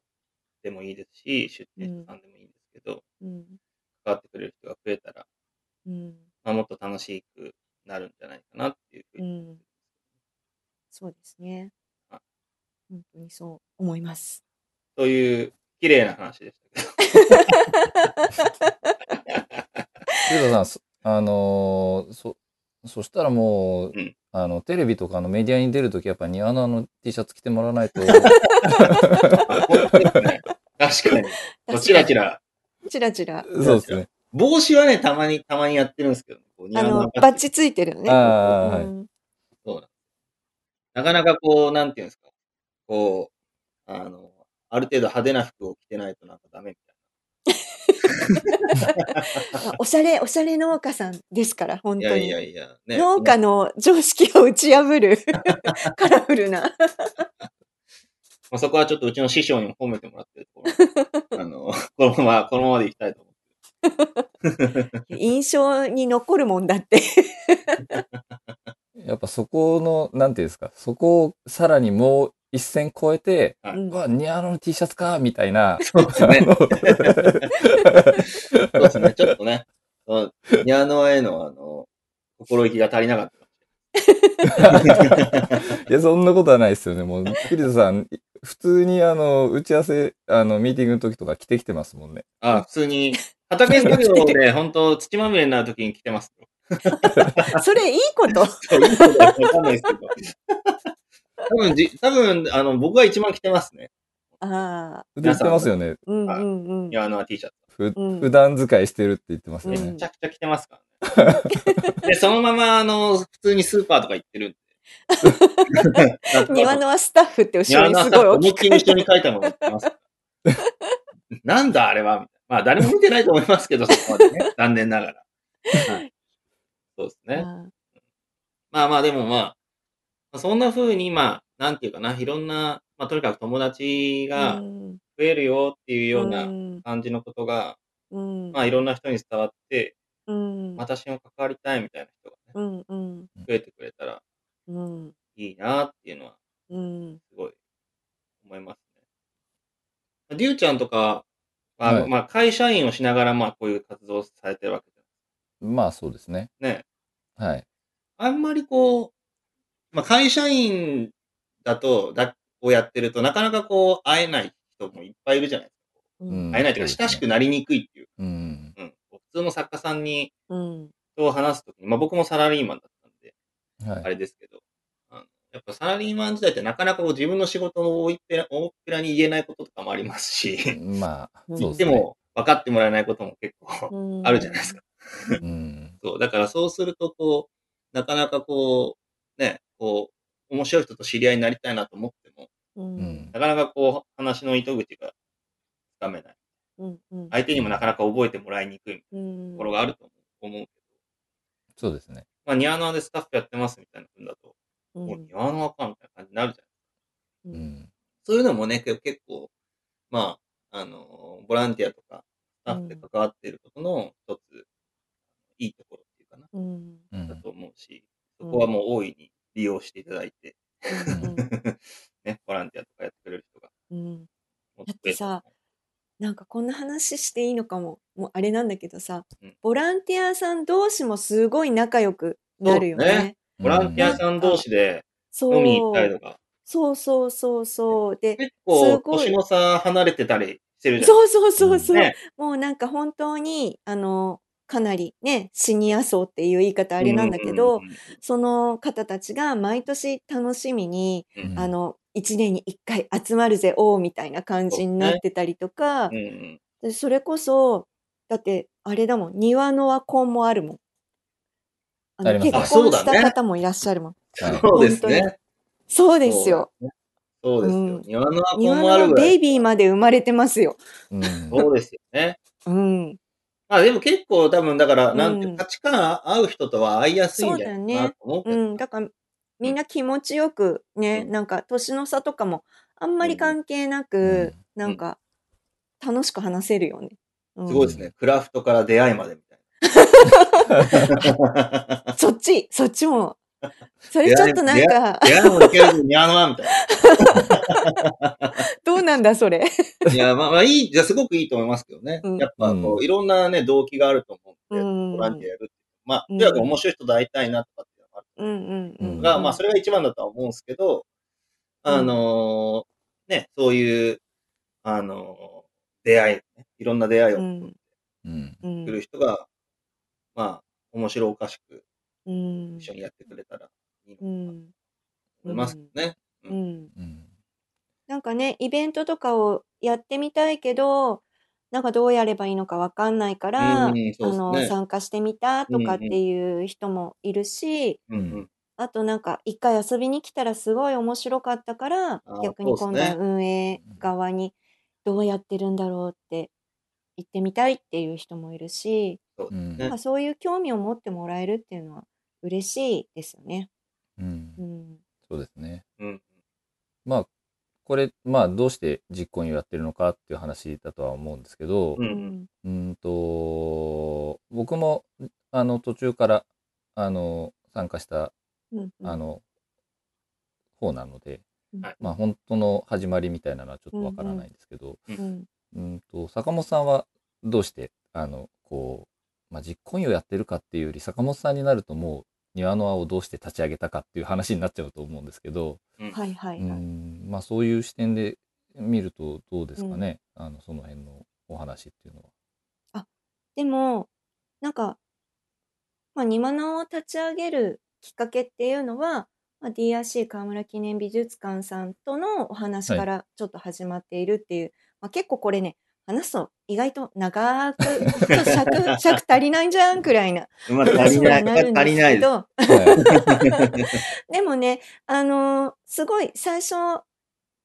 Speaker 2: でもいいですし、出店者さんでもいいんですけど、
Speaker 3: うん
Speaker 2: 関わってくれる人が増えたら、
Speaker 3: うん
Speaker 2: まあ、もっと楽しくなるんじゃないかなっていうふう
Speaker 3: う
Speaker 2: に。
Speaker 3: んそうですね
Speaker 2: はい
Speaker 3: 本当にそう思います
Speaker 2: という、綺麗な話でしたけど。
Speaker 1: ゆうたさんそ、あのーそ、そしたらもう、
Speaker 2: うん
Speaker 1: あの、テレビとかのメディアに出るとき、やっぱ庭のあの T シャツ着てもらわないと、
Speaker 2: 本当ですね確かに。こうチラチラ。
Speaker 3: チラチラ
Speaker 1: そうですね。
Speaker 2: 帽子はね、たまに、たまにやってるんですけど、こう
Speaker 3: あ
Speaker 2: 庭
Speaker 3: の
Speaker 2: 赤
Speaker 3: バッチついてるよね
Speaker 1: あー
Speaker 3: うん
Speaker 2: そうなんなかなかこう、なんていうんですか。こう、あの、ある程度派手な服を着てないとなんかダメみたい
Speaker 3: まあおしゃれおしゃれ農家さんですから本
Speaker 2: な。
Speaker 3: 当
Speaker 2: い
Speaker 3: に
Speaker 2: やいやいや、ね。
Speaker 3: 農家の常識を打ち破る カラフルな。
Speaker 2: まあ、そこはちょっとうちの師匠にも褒めてもらってるとこ ろ。あの、このまま、このままでいきたいと思って。
Speaker 3: 印象に残るもんだって。
Speaker 1: やっぱそこの、なんていうんですか、そこをさらにもう一線超えて、
Speaker 2: はいう
Speaker 1: うんわ、庭の T シャツか、みたいな。
Speaker 2: そうですね。そうですね。ちょっとね、そのニャーノアへの、あの、心意気が足りなかった。
Speaker 1: いや、そんなことはないですよね。もう、ピリタさん、普通にあの、打ち合わせ、あの、ミーティングの時とか着てきてますもんね。
Speaker 2: あ普通に、畑作業 で、本当土まみれになるときに着てます。
Speaker 3: それいいこと。
Speaker 2: そういいことかわかんないですけど。多分じ、多分、あの、僕が一番着てますね。
Speaker 3: ああ、
Speaker 1: で、着てますよね。
Speaker 3: うんうんうん
Speaker 2: い。や、あの、T シャツ。
Speaker 1: ふ
Speaker 3: うん
Speaker 1: 普段使いしてるって言ってますよ
Speaker 2: め
Speaker 1: ね。
Speaker 3: うん
Speaker 2: ちゃくちゃ着てますからね。で、そのまま、あの、普通にスーパーとか行って るんで。
Speaker 3: 庭の輪スタッフって後ろにすごい
Speaker 2: 思
Speaker 3: 大
Speaker 2: いっ
Speaker 3: き
Speaker 2: きり一緒に書いたものを売ってます。なんだあれはみたいなまあ誰も見てないと思いますけど、そこまでね。 残念ながら。はいそうです
Speaker 3: く。
Speaker 2: ね。
Speaker 3: あ
Speaker 2: まあまあでもまあ、まあそんな風にまあ、なんていうかな、いろんな、まあとにかく友達
Speaker 3: あ
Speaker 2: が
Speaker 3: うん
Speaker 2: 増えるよっていうよう
Speaker 3: う
Speaker 2: なん感じのことが、
Speaker 3: うん
Speaker 2: まあいろんな人に伝わって、
Speaker 3: うん
Speaker 2: 私も関わりたいみたいな人がね、
Speaker 3: うんうん
Speaker 2: 増えてくれたら
Speaker 3: うん
Speaker 2: いいなっていうのは
Speaker 3: うん
Speaker 2: すごい思いますね。りゅうちゃんとかは、
Speaker 1: はい
Speaker 2: まあ会社員をしながら、まあこういう活動をされてるわけじ
Speaker 1: まあ、そうですね。
Speaker 2: ゃないね。
Speaker 1: はい。
Speaker 2: あんまりこう、まあ会社員だと、だ、をやってると、なかなかこう、会えない人もいっぱいいるじゃないですか。
Speaker 3: うん
Speaker 2: 会えないというか、
Speaker 1: そうですね
Speaker 2: 親しくなりにくいっていう。
Speaker 1: うん。
Speaker 2: うん。普通の作家さんに、
Speaker 3: うん
Speaker 2: と話すときに、まあ僕もサラリーマンだったんで、
Speaker 1: はい
Speaker 2: あ。れですけど、あのやっぱサラリーマン時代ってなかなかこう自分の仕事を大っぺら大っぺらに言えないこととかもありますし、
Speaker 1: まあ、
Speaker 3: うん
Speaker 1: そう
Speaker 2: で
Speaker 1: ね。
Speaker 2: も分かってもらえないことも結構あるじゃないですか。
Speaker 1: うん。
Speaker 2: そう。だからそうすると、こう、なかなかこう、ね、こう、面白い人と知り合いになりたいなと思っても、
Speaker 3: うん
Speaker 1: うん
Speaker 2: なかなかこう、話の糸口がつかめない。
Speaker 3: うんうん
Speaker 2: 相手にもなかなか覚えてもらいにくい
Speaker 3: うん
Speaker 2: ところがあると思う。
Speaker 1: そうですね。
Speaker 2: まあ、ニアノアでスタッフやってますみたいな分だと、
Speaker 3: う
Speaker 2: もうんニアノアかみたいな感じになるじゃん。
Speaker 3: う
Speaker 1: うんん。
Speaker 2: そういうのもね、け結構、まあ、あのーボランティアとか、スタッフで関わっていることの一つ、いいところっていうかな、
Speaker 3: うん
Speaker 1: う
Speaker 2: だ
Speaker 1: ん。
Speaker 2: と思うし、
Speaker 3: う
Speaker 2: そ
Speaker 3: ん
Speaker 2: こはもう大いに利用していただいて、
Speaker 3: うん
Speaker 2: ね、ボランティアとかやってくれる人が
Speaker 3: うん
Speaker 2: もっと
Speaker 3: だっ
Speaker 2: 増え
Speaker 3: て
Speaker 2: たら
Speaker 3: さなんかこんな話していいのかももうあれなんだけどさ、
Speaker 2: うん
Speaker 3: ボランティアさん同士もすごい仲良くなるよ
Speaker 2: そう
Speaker 3: ね
Speaker 2: ね。ボランティアさん同士で
Speaker 3: そう
Speaker 2: 飲みに行ったりとか、
Speaker 3: そうそうそうそうで
Speaker 2: 結
Speaker 3: す
Speaker 2: 構、
Speaker 3: ごい
Speaker 2: 年の差離れてたりしてるじゃん。
Speaker 3: そうそうそうそう、
Speaker 2: ね、
Speaker 3: もうなんか本当にあのかなりねシニア層っていう言い方あれなんだけど、
Speaker 2: うんうんうん
Speaker 3: その方たちが毎年楽しみに、
Speaker 2: うん
Speaker 1: うん
Speaker 3: あの1年に1回集まるぜおーみたいな感じになってたりとか、
Speaker 2: うんうん、
Speaker 3: でそれこそだってあれだもん庭の和婚もあるもんあの
Speaker 1: ありますね
Speaker 3: 結婚し
Speaker 2: あそうだ
Speaker 3: た
Speaker 2: ね
Speaker 3: 方もいらっしゃるもん
Speaker 1: はい
Speaker 2: そうです
Speaker 3: 本当
Speaker 2: ね。
Speaker 3: そうですよ
Speaker 2: そうですよ
Speaker 3: う。ん
Speaker 2: 庭のアコン
Speaker 3: 庭
Speaker 2: もある
Speaker 3: の
Speaker 2: ぐら
Speaker 3: ベ
Speaker 2: い
Speaker 3: イ。ビーまで生まれてますよ
Speaker 1: うん。
Speaker 2: そうですよね。
Speaker 3: うん
Speaker 2: まあでも結構多分だから、
Speaker 3: うん
Speaker 2: なんていう価値観合う人とは合いやすいんじゃないかなと思うけ
Speaker 3: う
Speaker 2: ど。
Speaker 3: んだからみんな気持ちよくね、
Speaker 2: うん
Speaker 3: なんか年の差とかもあんまり関係なく、
Speaker 1: うん
Speaker 3: なんか楽しく話せるよね、うん
Speaker 2: すごいですね。クラフトから出会いまでみたい な。
Speaker 3: そっちそっち もそれちょっとなんか
Speaker 2: 出会いもいけるけど、庭のアみたい
Speaker 3: どうなんだ それ
Speaker 2: な。いや、まあまあいい、じゃあすごくいいと思いますけどね。
Speaker 3: うん
Speaker 2: やっぱこう、いろんなね、動機があると思う
Speaker 3: うん
Speaker 2: で、
Speaker 3: ん
Speaker 2: ボランティアやるって。まあ、
Speaker 3: うん
Speaker 2: とにかく面白い人と会いたいなとかっていうのがある
Speaker 3: うんうんうん
Speaker 2: が、
Speaker 3: うん
Speaker 2: まあ、それが一番だとは思うんですけど、あのーね、そういう、あのー出会い、ね、いろんな出会いを
Speaker 3: うん
Speaker 1: うん。
Speaker 3: うん
Speaker 2: 作る人が、まあ、面白おかしく
Speaker 3: うん
Speaker 2: 一緒にやってくれたらいいのか
Speaker 3: う
Speaker 2: なと
Speaker 3: ん
Speaker 2: 思いますけどね。
Speaker 3: うん
Speaker 1: うん。
Speaker 3: なんかねイベントとかをやってみたいけどなんかどうやればいいのかわかんないから、
Speaker 2: うんそうっす
Speaker 3: あ
Speaker 2: ね
Speaker 3: の参加してみたとかっていう人もいるし、
Speaker 2: うん
Speaker 1: ん
Speaker 2: うん
Speaker 3: あとなんか一回遊びに来たらすごい面白かったから
Speaker 2: あー
Speaker 3: 逆に
Speaker 2: そう
Speaker 3: 今
Speaker 2: っすね
Speaker 3: 度は運営側にどうやってるんだろうって行ってみたいっていう人もいるし、
Speaker 2: そう
Speaker 1: う
Speaker 2: です
Speaker 1: ん
Speaker 2: ね
Speaker 3: なんかそういう興味を持ってもらえるっていうのは嬉しいですよね。
Speaker 1: うん
Speaker 3: う。ん、
Speaker 1: そうですね。
Speaker 2: うん
Speaker 1: まあ、これ、まあ、どうして実行委員をやってるのかっていう話だとは思うんですけど、
Speaker 2: う
Speaker 3: うんん、
Speaker 1: うんと、僕も、あの、途中から、あの、参加した、
Speaker 3: うん、
Speaker 1: あの、方なので、
Speaker 3: うん、
Speaker 2: はい
Speaker 1: まあ、本当の始まりみたいなのはちょっとわからないんですけど、
Speaker 3: うん、
Speaker 1: うんと、坂本さんはどうして、あの、こう、まあ、実行委員をやってるかっていうより、坂本さんになるともう、庭の輪をどうして立ち上げたかっていう話になっちゃうと思うんですけど、
Speaker 2: うん
Speaker 3: はいはいうはい。
Speaker 1: んまあそういう視点で見るとどうですかね、あのその辺のお話っていうのは。
Speaker 3: でもなんか、まあ、ニマナを立ち上げるきっかけっていうのは、まあ、DRC 河村記念美術館さんとのお話
Speaker 1: はい
Speaker 3: からちょっと始まっているっていう、まあ、結構これね話すと意外と長くちょっと尺尺足りないんじゃんくらいな
Speaker 2: うまく足り
Speaker 3: 話に
Speaker 2: な。
Speaker 3: ないるん
Speaker 2: 足り
Speaker 3: で
Speaker 2: な
Speaker 3: すけ
Speaker 2: いです。
Speaker 3: ど
Speaker 1: は い
Speaker 3: でもねあのーすごい最初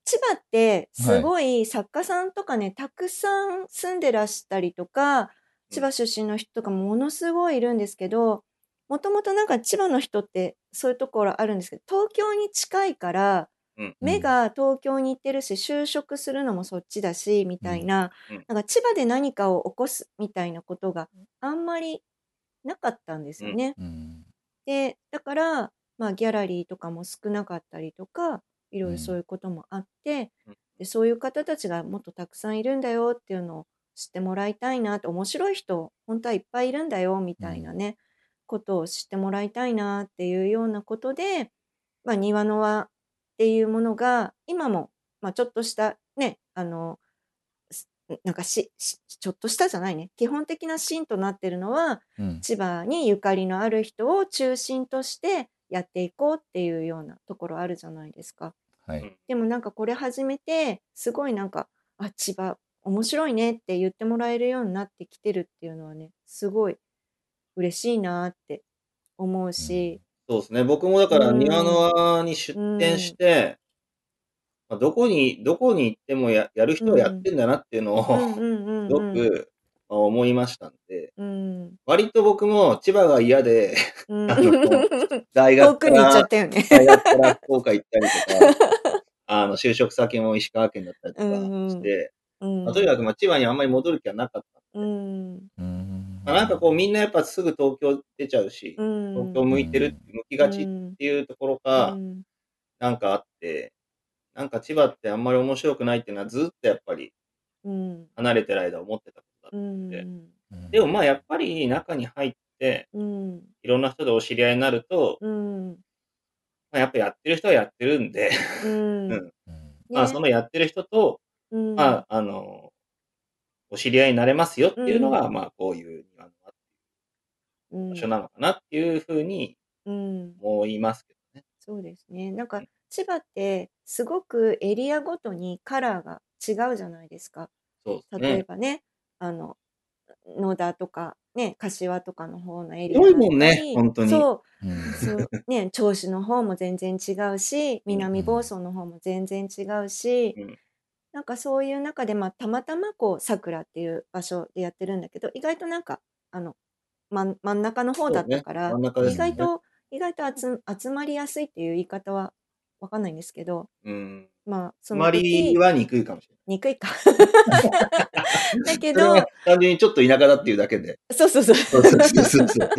Speaker 3: 千葉ってすごい作家さんとかね、たくさん住んでらしたりとか千葉出身の人とかものすごいいるんですけどもともとなんか千葉の人ってそういうところあるんですけど東京に近いから
Speaker 2: うん
Speaker 3: 目が東京に行ってるし就職するのもそっちだしみたいな,、
Speaker 2: うんうん
Speaker 3: なんか千葉で何かを起こすみたいなことがあんまりなかったんですよね。
Speaker 1: うん
Speaker 3: でだから、まあ、ギャラリーとかも少なかったりとかいろいろそういうこともあって、
Speaker 2: うん
Speaker 3: でそういう方たちがもっとたくさんいるんだよっていうのを知ってもらいたいなと面白い人本当はいっぱいいるんだよみたいなね、ことを知ってもらいたいなっていうようなことで、まあ、庭の輪っていうものが今も、まあ、ちょっとしたねあのすなんかししちょっとしたじゃないね基本的なシーンとなってるのは
Speaker 1: うん
Speaker 3: 千葉にゆかりのある人を中心としてやっていこうっていうようなところあるじゃないですか。
Speaker 1: はい
Speaker 3: でもなんかこれ始めてすごいなんか「あ千葉面白いね」って言ってもらえるようになってきてるっていうのはねすごい嬉しいなって思うし、
Speaker 2: そうですね。僕もだから、
Speaker 3: うん
Speaker 2: 庭の輪に出店して、まあ、どこに、どこに行ってもややる人はやってんだなっていうの
Speaker 3: うん
Speaker 2: を、
Speaker 3: う んうん
Speaker 2: すごくまあ思いましたんで、
Speaker 3: うん
Speaker 2: 割と僕も千葉が嫌で、
Speaker 3: う ん
Speaker 2: あの大
Speaker 3: 遠
Speaker 2: 学か
Speaker 3: くに行っちゃっ
Speaker 2: ら、
Speaker 3: たよね。
Speaker 2: 大学から福岡行ったりとか、 あの、就職先も石川県だったりとかして、
Speaker 3: うん
Speaker 2: まあとにかくまあ千葉にあんまり戻る気はなかった。
Speaker 3: うん
Speaker 1: うん
Speaker 2: まあ、なんかこうみんなやっぱすぐ東京出ちゃうし、
Speaker 3: うん
Speaker 2: 東京向いてる、向きがちっていうところが
Speaker 3: うん
Speaker 2: なんかあって、なんか千葉ってあんまり面白くないっていうのはずっとやっぱり
Speaker 3: うん
Speaker 2: 離れてる間思ってたことだった。
Speaker 3: うん
Speaker 1: うん
Speaker 2: でもまあやっぱり中に入って、
Speaker 3: うん
Speaker 2: いろんな人でお知り合いになると、
Speaker 3: うん
Speaker 2: まあ、やっぱやってる人はやってるんで、
Speaker 3: うん
Speaker 2: うん
Speaker 1: うん
Speaker 2: まあそのやってる人と、
Speaker 3: うん
Speaker 2: まああの、お知り合いになれますよっていうのが、
Speaker 3: うん
Speaker 2: まあこういうあの
Speaker 3: うん
Speaker 2: 場所なのかなっていうふうに
Speaker 3: うん
Speaker 2: 思いますけどね。
Speaker 3: そうですね。なんか千葉ってすごくエリアごとにカラーが違うじゃないですか。
Speaker 2: そうです
Speaker 3: 例え
Speaker 2: ね。
Speaker 3: ばね、あの、野田とか、ね、柏とかの方のエリア
Speaker 2: 広いもんね
Speaker 3: だったり
Speaker 2: 本当に
Speaker 3: そう、
Speaker 1: うん
Speaker 3: そう、ね、銚子の方も全然違 うし、南房総の方も全然違うし、
Speaker 2: うん
Speaker 3: なんかそういう中で、まあ、たまたまこう、桜っていう場所でやってるんだけど、意外となんか、あの、真ん真ん中の方だったから、
Speaker 2: そうね真ん中です
Speaker 3: 意
Speaker 2: ね
Speaker 3: 外と、意外と集集まりやすいっていう言い方はわかんないんですけど、
Speaker 2: うん。
Speaker 3: まあ、そ
Speaker 2: あ
Speaker 3: の
Speaker 2: まり
Speaker 3: 時、
Speaker 2: はにくいかもしれない。
Speaker 3: にく いか。だけ
Speaker 2: それ
Speaker 3: ど
Speaker 2: は、単純にちょっと田舎だっていうだけで。
Speaker 3: そうそうそう。
Speaker 2: そうそうそう そう。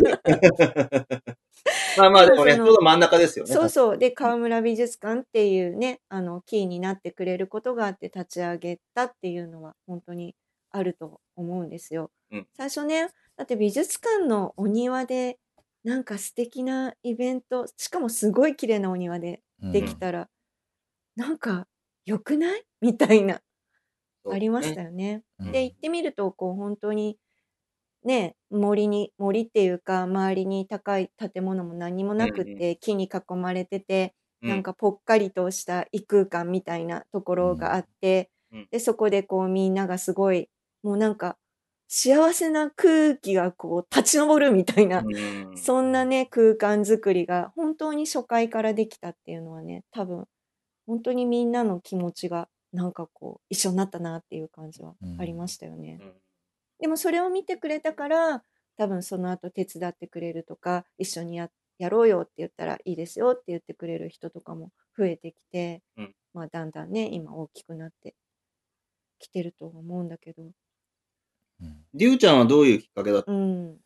Speaker 2: まあまあ、でもね、
Speaker 3: まあそ
Speaker 2: ち
Speaker 3: の
Speaker 2: ょうど真ん中ですよね。
Speaker 3: そうそう。で、川村美術館っていうね、あの、キーになってくれることがあって立ち上げたっていうのは本当にあると思うんですよ。
Speaker 2: うん
Speaker 3: 最初ね、だって美術館のお庭で、なんか素敵なイベント、しかもすごい綺麗なお庭でできたら、なんか良くないみたいな、
Speaker 2: そう
Speaker 3: ありまし
Speaker 2: ね。
Speaker 3: たよね。
Speaker 1: うん
Speaker 3: で、行ってみると、こう、本当に、ね、森に、森っていうか、周りに高い建物も何もなく
Speaker 2: うん
Speaker 3: って、木に囲まれてて、
Speaker 2: う
Speaker 3: なん、かぽっかりとした異空間みたいなところがあって、
Speaker 2: うんうん
Speaker 3: でそこでこうみんながすごいもうなんか幸せな空気がこう立ち上るみたいな、
Speaker 2: うん
Speaker 3: そんなね空間づくりが本当に初回からできたっていうのはね多分本当にみんなの気持ちがなんかこう一緒になったなっていう感じはありましたよね。
Speaker 2: うん
Speaker 3: でもそれを見てくれたから多分その後手伝ってくれるとか一緒にややろうよって言ったらいいですよって言ってくれる人とかも増えてきて、
Speaker 2: うん
Speaker 3: まあ、だんだんね今大きくなってきてると思うんだけど、
Speaker 1: うん
Speaker 2: りゅうちゃんはどういうきっかけだった
Speaker 3: うん、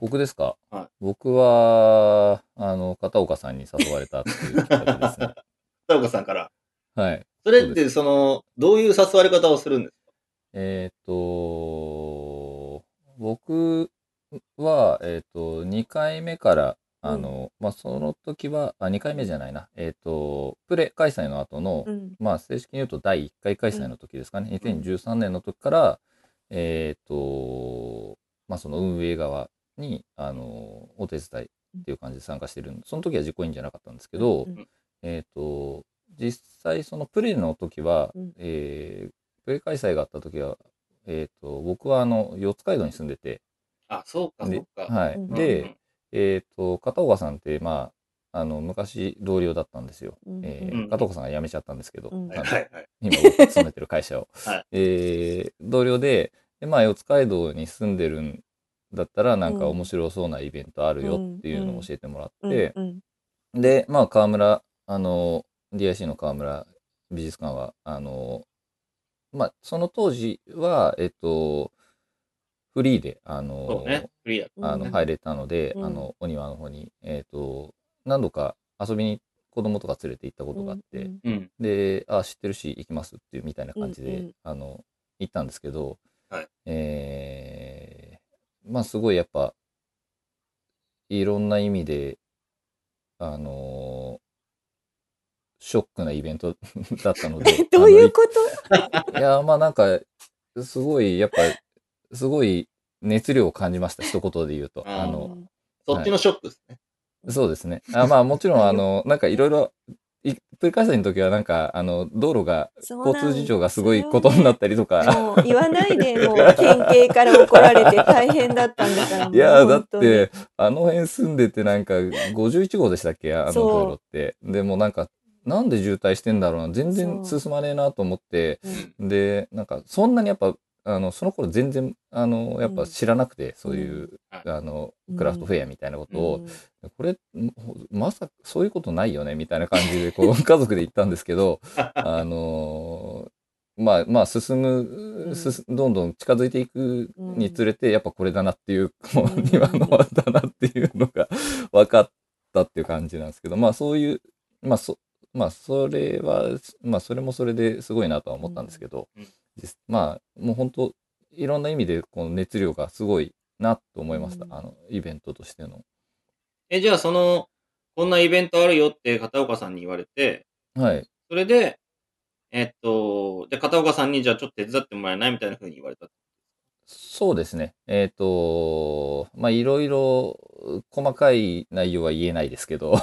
Speaker 1: 僕ですか、
Speaker 2: はい
Speaker 1: 僕は、あの、片岡さんに誘われたっていうきっかけです ね。
Speaker 2: 片岡さんから。
Speaker 1: はい。
Speaker 2: それっ
Speaker 1: そう
Speaker 2: て、その、どういう誘われ方をするんです
Speaker 1: えっ、と、僕は、えっ、と、2回目から、あの、まあ、その時は、あ、2回目じゃないな。えっ、と、プレ開催の後の、
Speaker 3: うん
Speaker 1: まあ、正式に言うと第1回開催の時ですかね。2013年の時から、えっ、と、まあ、その運営側に、あの、お手伝いっていう感じで参加してるんで、その時は実行委員じゃなかったんですけど、
Speaker 3: うん
Speaker 1: えっ、と、実際そのプレの時は、
Speaker 3: うん
Speaker 1: えープレ開催があった時は、えっ、と、僕はあの、四街道に住んでて、
Speaker 2: かあ、そうか、そ
Speaker 1: で
Speaker 2: うか。
Speaker 1: はい。
Speaker 3: うん
Speaker 1: で、えっ、と、片岡さんって、まあ、あの、昔同僚だったんですよ。
Speaker 3: うん
Speaker 1: えー
Speaker 3: うん
Speaker 1: 片岡さんが辞めちゃったんですけど、
Speaker 3: うん
Speaker 2: うん
Speaker 1: あの
Speaker 2: はいはいはい。
Speaker 1: 今僕が勤めてる会社を。
Speaker 2: はい
Speaker 1: えー同僚で、でまあ、四街道に住んでるんだったら、なんか
Speaker 3: うん
Speaker 1: 面白そうなイベントあるよっていうのを教えてもらって、
Speaker 3: うん
Speaker 1: で、まあ、河村、あの、DIC の河村美術館は、あの、まあ、その当時は、えっと、フリーで、あ
Speaker 2: そ
Speaker 1: の、
Speaker 2: うね。フリーだった。
Speaker 1: あの入れたので、
Speaker 3: うん
Speaker 1: あの、お庭の方に、えっと、何度か遊びに子供とか連れて行ったことがあって、
Speaker 3: うん
Speaker 2: うん。
Speaker 1: で、あ、知ってるし、行きますっていうみたいな感じで、
Speaker 3: うんうん
Speaker 1: あの、行ったんですけど、
Speaker 2: はい
Speaker 1: えーまあすごいやっぱ、いろんな意味で、あのーショックなイベント だったので
Speaker 3: 。どういうこと
Speaker 1: といや、まあなんか、すごい、やっぱ、すごい熱量を感じました、一言で言うと。あの、
Speaker 2: そっちのショックですね。
Speaker 1: そうですね。あまあもち ろん、あの、なんかいろいろ、いプレ開催の時はなんか、あの、道路が、交通事情がすごいことにな
Speaker 3: っ
Speaker 1: ったりとか。
Speaker 3: もう言わないでもう県警から怒られて大変だったんだからも う
Speaker 1: いやーだ
Speaker 3: 本
Speaker 1: っ
Speaker 3: 当に
Speaker 1: て、あの辺住んでてなんか、51号でしたっけあの
Speaker 3: そう
Speaker 1: 道路って。でもなんか、なんで渋滞してんだろうな、全然
Speaker 3: そう
Speaker 1: 進まねえなと思って、
Speaker 3: うん
Speaker 1: で、なんか、そんなにやっぱ、あの、その頃全然、あの、やっ
Speaker 3: う
Speaker 1: ぱ
Speaker 3: ん
Speaker 1: 知らなくて、そういう、
Speaker 2: はい
Speaker 1: あの、クラフトフェアみたいなことを、
Speaker 3: うん
Speaker 1: これ、んほまさか、そういうことないよね、みたいな感じで、こう、家族で行ったんですけど、あのーまあまあ進
Speaker 3: うん
Speaker 1: む、進どんどん近づいていくにつれて、やっぱこれだなっていう、こ
Speaker 3: う
Speaker 1: うん庭の輪だなっていうのが 分かったっていう感じなんですけど、まあそういう、まあそ、まあそれは、まあそれもそれですごいなとは思ったんですけど、
Speaker 2: うんうん
Speaker 1: 実まあもう本当、いろんな意味でこの熱量がすごいなと思いました。
Speaker 3: うん
Speaker 1: あの、イベントとしての。
Speaker 2: え、じゃあその、こんなイベントあるよって片岡さんに言われて、
Speaker 1: はい。
Speaker 2: それで、えっと、じゃあ片岡さんにじゃあちょっと手伝ってもらえないみたいな風に言われた。
Speaker 1: そうですね。えっ、と、まあ、いろいろ細かい内容は言えないですけど、 あ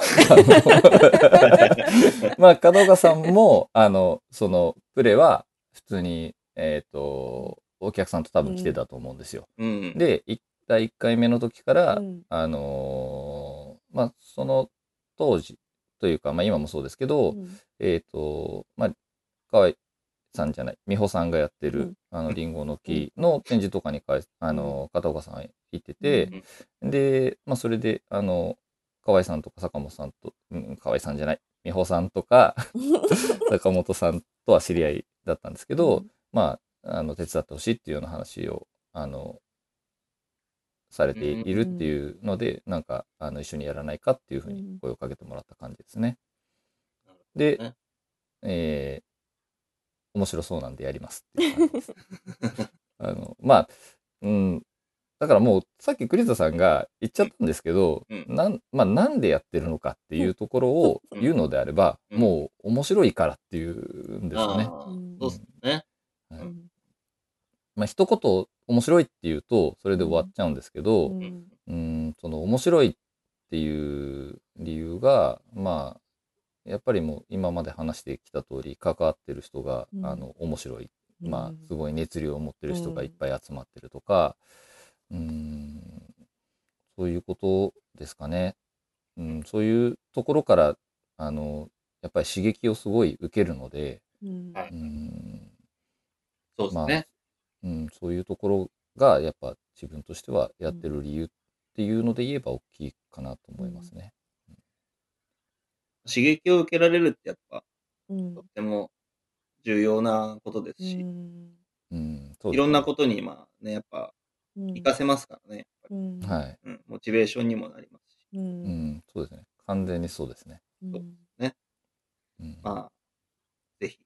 Speaker 1: のまあ、片岡さんも、あの、その、プレは普通に、えっ、と、お客さんと多分来てたと思うんですよ。
Speaker 2: うん。、
Speaker 1: で、一第1回目の時から、
Speaker 3: うん
Speaker 1: あのーまあ、その当時というか、まあ、今もそうですけど、
Speaker 3: うん
Speaker 1: えっ、と、まあ、河合さんじゃない、美穂さんがやってる、
Speaker 3: うん
Speaker 1: あの、リンゴの木の展示とかにかえ、あの、片岡さん行ってて、で、まあ、それで、あの、河合さんとか坂本さんと、うん、河合さんじゃない、美穂さんと か、坂本さんとは知り合いだったんですけど、まあ、あの、手伝ってほしいっていうような話を、あの、されているっていうので、なんか、あの、一緒にやらないかっていうふう
Speaker 3: う
Speaker 1: に
Speaker 3: ん
Speaker 1: 声をかけてもらった感じですね。
Speaker 2: どね
Speaker 1: で、えー面白そうなんでやりますっていう感じ です。あの、まあ、うん、だからもう、さっき栗田さんが言っちゃったんですけど、
Speaker 2: うん
Speaker 1: なん、まあ、なんでやってるのかっていうところを
Speaker 2: うん
Speaker 1: 言うのであれば、
Speaker 2: うん
Speaker 1: もう面白いからっていうんですよね。
Speaker 2: ああ
Speaker 3: うん
Speaker 2: そうっすね。
Speaker 3: うん
Speaker 1: まあ、一言面白いっていうと、それで終わっちゃうんですけど、
Speaker 3: うん
Speaker 1: うん、その面白いっていう理由が、まあ、やっぱりもう今まで話してきた通り、関わってる人が、
Speaker 3: うん
Speaker 1: あの、面白い。ま
Speaker 3: う
Speaker 1: あ
Speaker 3: ん、
Speaker 1: すごい熱量を持ってる人がいっぱい集まってるとか、うん、そういうことですかね。うん、そういうところから、あの、やっぱり刺激をすごい受けるので、
Speaker 3: うん
Speaker 2: はい
Speaker 1: うん、
Speaker 2: そうですね。
Speaker 1: うん、そういうところがやっぱ自分としてはやってる理由っていうので言えば大きいかなと思いますね。
Speaker 2: 刺激を受けられるってやっぱ、
Speaker 3: うん
Speaker 2: とっても重要なことですし、
Speaker 1: うん、そうです
Speaker 2: い
Speaker 1: ね
Speaker 2: ろんなことに今ね、やっぱ、
Speaker 3: うん
Speaker 2: 活かせますからね。やっぱり
Speaker 3: うん
Speaker 1: はい、
Speaker 2: うん、モチベーションにもなりますし。
Speaker 3: う
Speaker 1: うんん、そうですね。完全にそうですね。
Speaker 3: うん
Speaker 1: うん、
Speaker 2: まあ、ぜひ、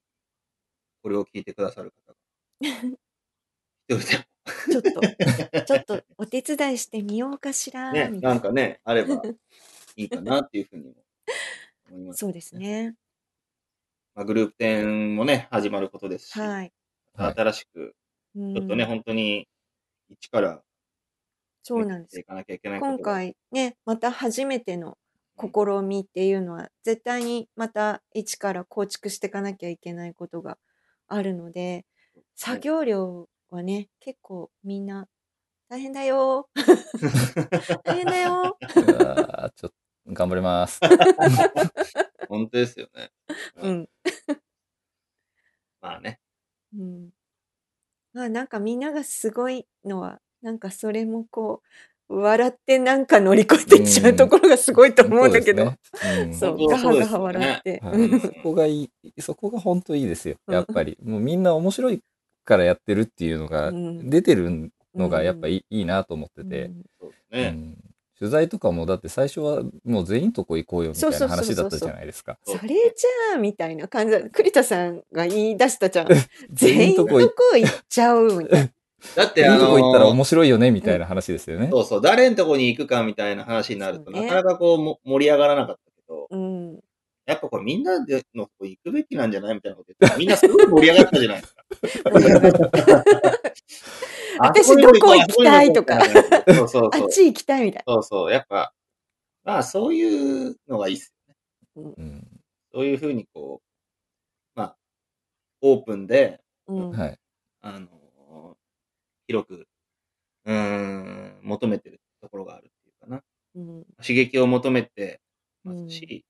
Speaker 2: これを聞いてくださる方が、一人で
Speaker 3: ちょっと、ちょっとお手伝いしてみようかしら、
Speaker 2: も、ね、
Speaker 3: みた
Speaker 2: ないん
Speaker 3: な。
Speaker 2: かね、あ ればいいかなっていうふうにも思います。
Speaker 3: そうですね。
Speaker 2: まあ、グループ展もね、始まることですし、
Speaker 3: はい。
Speaker 1: はい
Speaker 2: 新しく、
Speaker 3: うん
Speaker 2: ちょっとね、本当に、一から、
Speaker 3: そうなん
Speaker 2: やっ
Speaker 3: で
Speaker 2: て
Speaker 3: す
Speaker 2: い。かなきゃいけないこと
Speaker 3: 今
Speaker 2: が
Speaker 3: 回ね、また初めての試みっていうのは、絶対にまた一から構築していかなきゃいけないことがあるので、作業量はね、結構みんな大変だよ。大変だよ。
Speaker 1: うわーちょっと頑張ります。
Speaker 2: 本当ですよね。
Speaker 3: うん。
Speaker 2: まあね。
Speaker 3: うん。まあなんかみんながすごいのは、なんかそれもこう、笑ってなんか乗り越えていっちゃうところがすごいと思うんだけど。
Speaker 1: そうですね。うん
Speaker 3: そう、
Speaker 2: 本当
Speaker 3: ガ
Speaker 2: そ
Speaker 3: ハ
Speaker 2: うで
Speaker 3: ガ
Speaker 2: すよね
Speaker 3: ハ笑って。
Speaker 1: は
Speaker 3: うん
Speaker 1: い、そこがいい、そこが本当いいですよ。やっぱり、もうみんな面白いからやってるっていうのが
Speaker 3: うん
Speaker 1: 出てるのがやっぱいい,、いいなと思ってて。
Speaker 3: うん
Speaker 2: そうです
Speaker 1: う
Speaker 2: ね。
Speaker 1: ん取材とかもだって最初はもう全員とこ行こうよみたい
Speaker 3: そう
Speaker 1: な
Speaker 3: そうそうそう
Speaker 1: 話だったじゃないですか。
Speaker 2: そう
Speaker 3: それじゃあ、みたいな感じだ。栗田さんが言い出したじゃん。全員とこ
Speaker 1: 行っ
Speaker 3: 行っちゃう、みたいな。
Speaker 2: だって、
Speaker 1: 全
Speaker 2: あ
Speaker 1: 員と
Speaker 2: の
Speaker 1: こ行ったら面白いよねみたいな話ですよね。
Speaker 2: そうそう、誰のとこに行くかみたいな話になると、
Speaker 3: そうね
Speaker 2: なかなかこうも盛り上がらなかったけど、
Speaker 3: うん。
Speaker 2: やっぱこれみんなでのとこ行くべきなんじゃないみたいなこと言って、みんなすごい盛り上がったじゃないですか。
Speaker 3: 盛り上がった 私
Speaker 2: あそこに
Speaker 3: どこ行きたいとか
Speaker 2: あそこに行こうそうそう
Speaker 3: あ
Speaker 2: そ
Speaker 3: っ
Speaker 2: う。
Speaker 3: ち行きたい、みたい
Speaker 2: そうそう。やっぱ、まあそういうのがいいっす。
Speaker 1: うん
Speaker 2: そういうふうにこう、まあ、オープンで、
Speaker 3: な。うん。
Speaker 1: はい。
Speaker 2: あの広く、うーん、求めてるところがあるっていうかな。
Speaker 3: うん
Speaker 2: 刺激を求めてますし、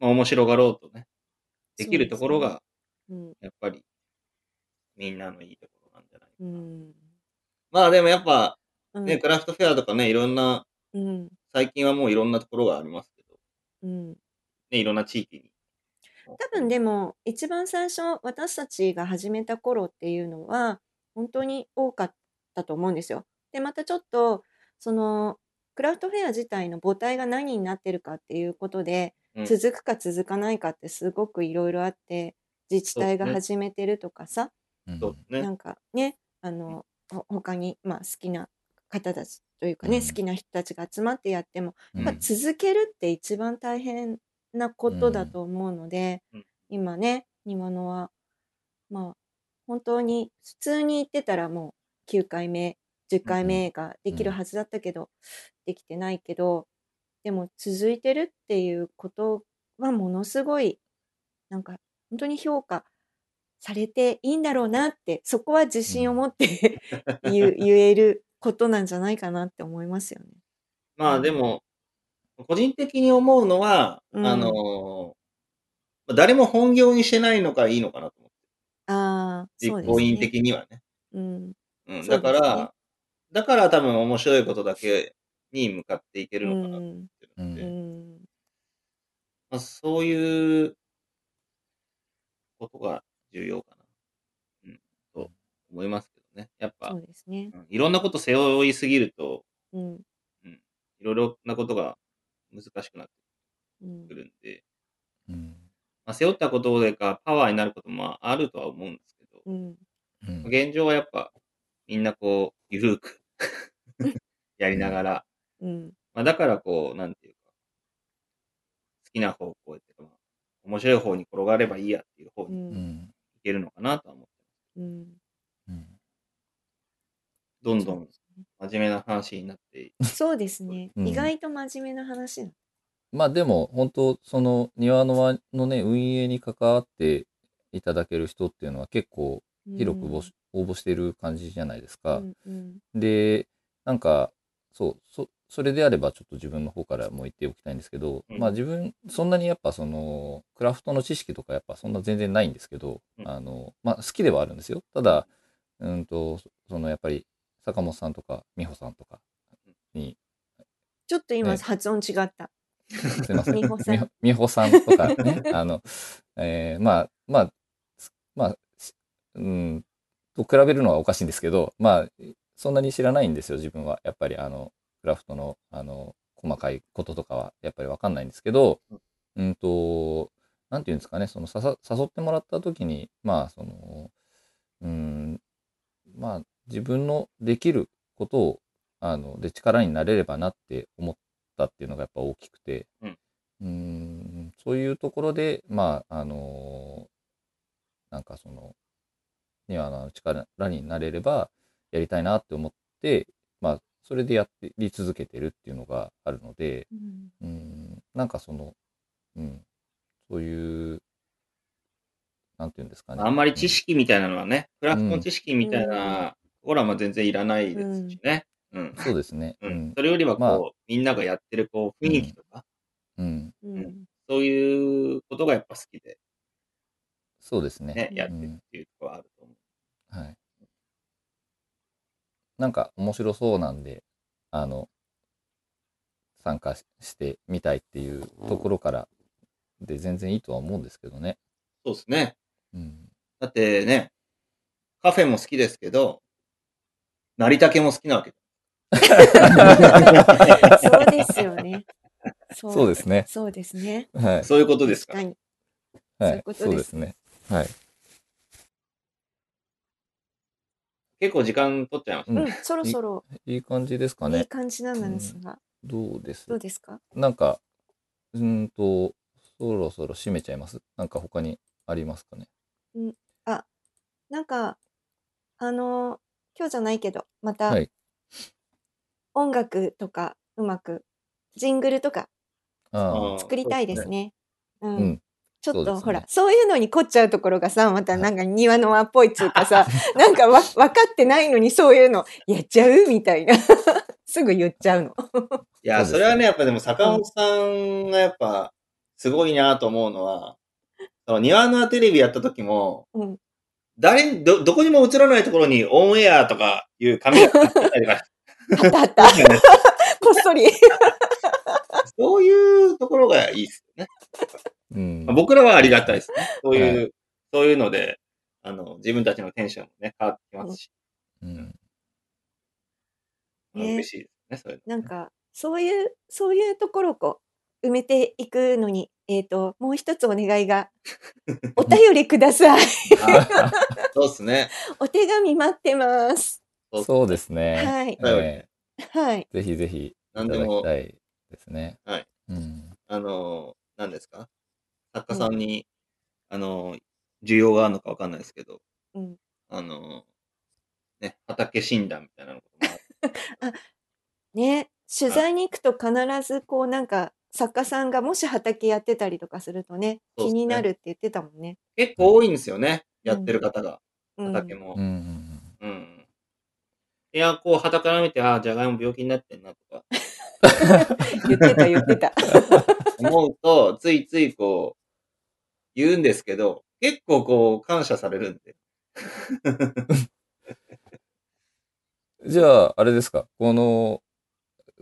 Speaker 2: まあ面白がろうとね、できるところが、
Speaker 3: うん。
Speaker 2: やっぱり、みんなのいいところなんじゃないか
Speaker 3: う
Speaker 2: な。
Speaker 3: ん。
Speaker 2: まあでもやっぱ、
Speaker 3: うん
Speaker 2: ね、クラフトフェアとかね、いろんな、
Speaker 3: うん。
Speaker 2: 最近はもういろんなところがありますけど、
Speaker 3: うん。
Speaker 2: ね、いろんな地域に。
Speaker 3: 多分でも一番最初私たちが始めた頃っていうのは本当に多かったと思うんですよ。でまたちょっとそのクラフトフェア自体の母体が何になってるかっていうことで、
Speaker 2: うん
Speaker 3: 続くか続かないかってすごくいろいろあって自治体が
Speaker 2: そうで
Speaker 3: 始めてるとかさ、
Speaker 1: うん
Speaker 2: そうです
Speaker 3: な
Speaker 2: ね。
Speaker 3: んかねあのほ他に、まあ、好きな方たちというかね、
Speaker 1: うん
Speaker 3: 好きな人たちが集まってやっても
Speaker 1: うん
Speaker 3: やっぱ続けるって一番大変なことだと思うので、
Speaker 2: うん
Speaker 3: 今ね庭野はまあ本当に普通に行ってたらもう9回目10回目ができるはずだったけど、できてないけどでも続いてるっていうことはものすごいなんか本当に評価されていいんだろうなってそこは自信を持って 言う言えることなんじゃないかなって思いますよね。
Speaker 2: まあでも、個人的に思うのは、
Speaker 3: うん
Speaker 2: あのー誰も本業にしてないのがいいのかなと思って。
Speaker 3: ああ、そ
Speaker 2: 実
Speaker 3: うです
Speaker 2: 行委員
Speaker 3: ね。
Speaker 2: 的にはね。
Speaker 3: うん、
Speaker 2: うん、
Speaker 3: そ
Speaker 2: だ
Speaker 3: うで
Speaker 2: か
Speaker 3: すね
Speaker 2: ら、だから多分面白いことだけに向かっていけるのかなと思ってるんで、
Speaker 1: うん
Speaker 3: うん、
Speaker 2: まあ、そういうことが重要かな、うん、と思いますけどね。やっぱ、
Speaker 3: そうですね。
Speaker 2: うんいろんなこと背負いすぎると、
Speaker 3: うん、
Speaker 2: いろいろなことが難しくなって
Speaker 3: うん
Speaker 2: く、るんで、
Speaker 1: うん
Speaker 2: まあ、背負ったことでかパワーになることもあるとは思うんですけど、
Speaker 3: うん、
Speaker 1: うん
Speaker 2: 現状はやっぱみんなこう、ゆるーく やりながら、
Speaker 3: うん、
Speaker 2: まあ、だからこう、なんていうか、好きな方向へっていうか、面白い方に転がればいいやっていう方
Speaker 3: う、
Speaker 2: に行
Speaker 1: うんん
Speaker 2: けるのかなとは思って
Speaker 3: うん。
Speaker 1: うん
Speaker 2: ます。どん
Speaker 3: そ
Speaker 2: ど
Speaker 3: うん
Speaker 2: 真面目な話になって、
Speaker 3: そうですね。
Speaker 1: うん
Speaker 3: 意外と真面目な話な
Speaker 1: まあでも本当その庭の輪のね運営に関わっていただける人っていうのは結構
Speaker 3: の。
Speaker 1: 広く募集応募してる感じじゃないです
Speaker 3: う
Speaker 1: か。
Speaker 3: ん、うん、
Speaker 1: でなんかそうそそれであればちょっと自分の方からも言っておきたいんですけど、
Speaker 2: うん
Speaker 1: まあ自分そんなにやっぱそのクラフトの知識とかやっぱそんな全然ないんですけど、
Speaker 2: うん
Speaker 1: あのまあ好きではあるんですよただうんとそそのやっぱり坂本さんとか美穂さんとかに
Speaker 3: ちょっと今、
Speaker 1: ね
Speaker 3: 発音違った。
Speaker 1: すいません
Speaker 3: 美穂さん
Speaker 1: みほ美穂さんとか ねあの、えーまあまあすまあしうんと比べるのはおかしいんですけどまあそんなに知らないんですよ自分はやっぱりあのクラフトのあの細かいこととかはやっぱり分かんないんですけどうんとなんていうんですかねそのささ誘ってもらった時にまあそのうんまあ自分のできることをあので力になれればなって思ったっていうのがやっぱ大きくて、
Speaker 2: うん
Speaker 1: うーんそういうところでまああのなんかそのにはあの力になれればやりたいなって思ってまあそれでやり続けてるっていうのがあるので、
Speaker 3: うん、
Speaker 1: うん、なんかその、うん、そういう、なんていうんですかね。
Speaker 2: あんまり知識みたいなのはね、クラフトの知識みたいな、ほらまあ全然いらないですしね。うん
Speaker 1: うん、。そうですね。
Speaker 2: う
Speaker 1: うんん。
Speaker 2: それよりはこう、
Speaker 1: まあ
Speaker 2: みんながやってるこう、雰囲気とか、
Speaker 1: うん。
Speaker 3: うん、うん、
Speaker 2: そういうことがやっぱ好きで
Speaker 1: そうですね。
Speaker 2: ね、
Speaker 3: うん
Speaker 2: やってるっていうところはあると思う。
Speaker 1: はい。なんか面白そうなんで、あの、参加ししてみたいっていうところからで全然いいとは思うんですけどね。
Speaker 2: そうですね。
Speaker 1: うん。
Speaker 2: だってね、カフェも好きですけど、成竹も好きなわけ。
Speaker 3: そうですよね。そ
Speaker 1: そうですね。
Speaker 3: そうですね。
Speaker 1: はい。
Speaker 2: そういうことですから
Speaker 3: 確か。に。そう。
Speaker 1: はいいう
Speaker 3: こと
Speaker 1: そう
Speaker 3: で
Speaker 1: ですすね。はい。
Speaker 2: 結構時間取っちゃいました。
Speaker 1: う
Speaker 3: うんん、そろそろ
Speaker 1: いい感じですか
Speaker 3: いい
Speaker 1: ね。
Speaker 3: 感じなんですが、
Speaker 1: どうです
Speaker 3: どうですか
Speaker 1: なんか、うーんと、そろそろ締めちゃいますなんか他にありますかね
Speaker 3: なんか、あの今日じゃないけど、また
Speaker 1: はい
Speaker 3: 音楽とかうまく、ジングルとか
Speaker 1: あ
Speaker 2: あー
Speaker 1: あ、
Speaker 3: 作りたいですね。うん。
Speaker 1: うん
Speaker 3: ちょ
Speaker 1: そう
Speaker 3: っと、
Speaker 1: ですね
Speaker 3: ほら、そういうのに凝っちゃうところがさ、また
Speaker 1: はい
Speaker 3: なんか庭の輪っぽいっつう かさ、なんかわ分かってないのにそういうのやっちゃうみたいな。 すぐ言っちゃう の。
Speaker 2: いや、
Speaker 1: そうですね
Speaker 2: それはね、やっぱでも坂本さんがやっぱ、すごいなと思うのは、その、ニワノアテレビやった時も、
Speaker 3: うん。
Speaker 2: 誰に、ど、どこにも映らないところにオンエアとかいう紙が貼ってたりとか
Speaker 3: あったあった。 こっそり。
Speaker 2: そういうところがいいですよね。
Speaker 1: うん
Speaker 2: まあ、僕らはありがたいですね。そういう、そういうので、あの、自分たちのテンションもね、変わってきますし、
Speaker 1: うん
Speaker 2: まあ
Speaker 3: ね
Speaker 2: 嬉しいですね、そういうの。
Speaker 3: なんか、そういう、そういうところをこう、埋めていくのに、えっ、と、もう一つお願いが、お便りください。
Speaker 2: そうですね。
Speaker 3: お手紙待ってます。
Speaker 1: そうですね。
Speaker 3: はい。
Speaker 2: はい
Speaker 1: え
Speaker 3: はい。
Speaker 1: えぜひぜひ、
Speaker 2: ないん
Speaker 1: た
Speaker 2: で
Speaker 1: だき
Speaker 2: も、
Speaker 1: たいですね。
Speaker 2: はい。
Speaker 1: うん。
Speaker 2: あの、何ですか作家さんに、あの、需要があるのかわかんないですけど、
Speaker 3: うん。
Speaker 2: あの、ね、畑診断みたいなのこと もある
Speaker 3: ね、取材に行くと必ずこうなんか作家さんがもし畑やってたりとかするとね
Speaker 2: そうっ
Speaker 3: 気
Speaker 2: すね
Speaker 3: になるって言ってたもんね。
Speaker 2: 結構多いんですよね、やってる方が、
Speaker 3: うん、
Speaker 2: 畑も。
Speaker 1: うんうんうん。
Speaker 2: うん。いや、こう、肌から見て、ああ、じゃがいも病気になってんなと か、
Speaker 3: 言ってた言ってた。
Speaker 2: 思うと、ついついこう、言うんですけど、結構こう、感謝されるんで。
Speaker 1: じゃあ、あれですか、この、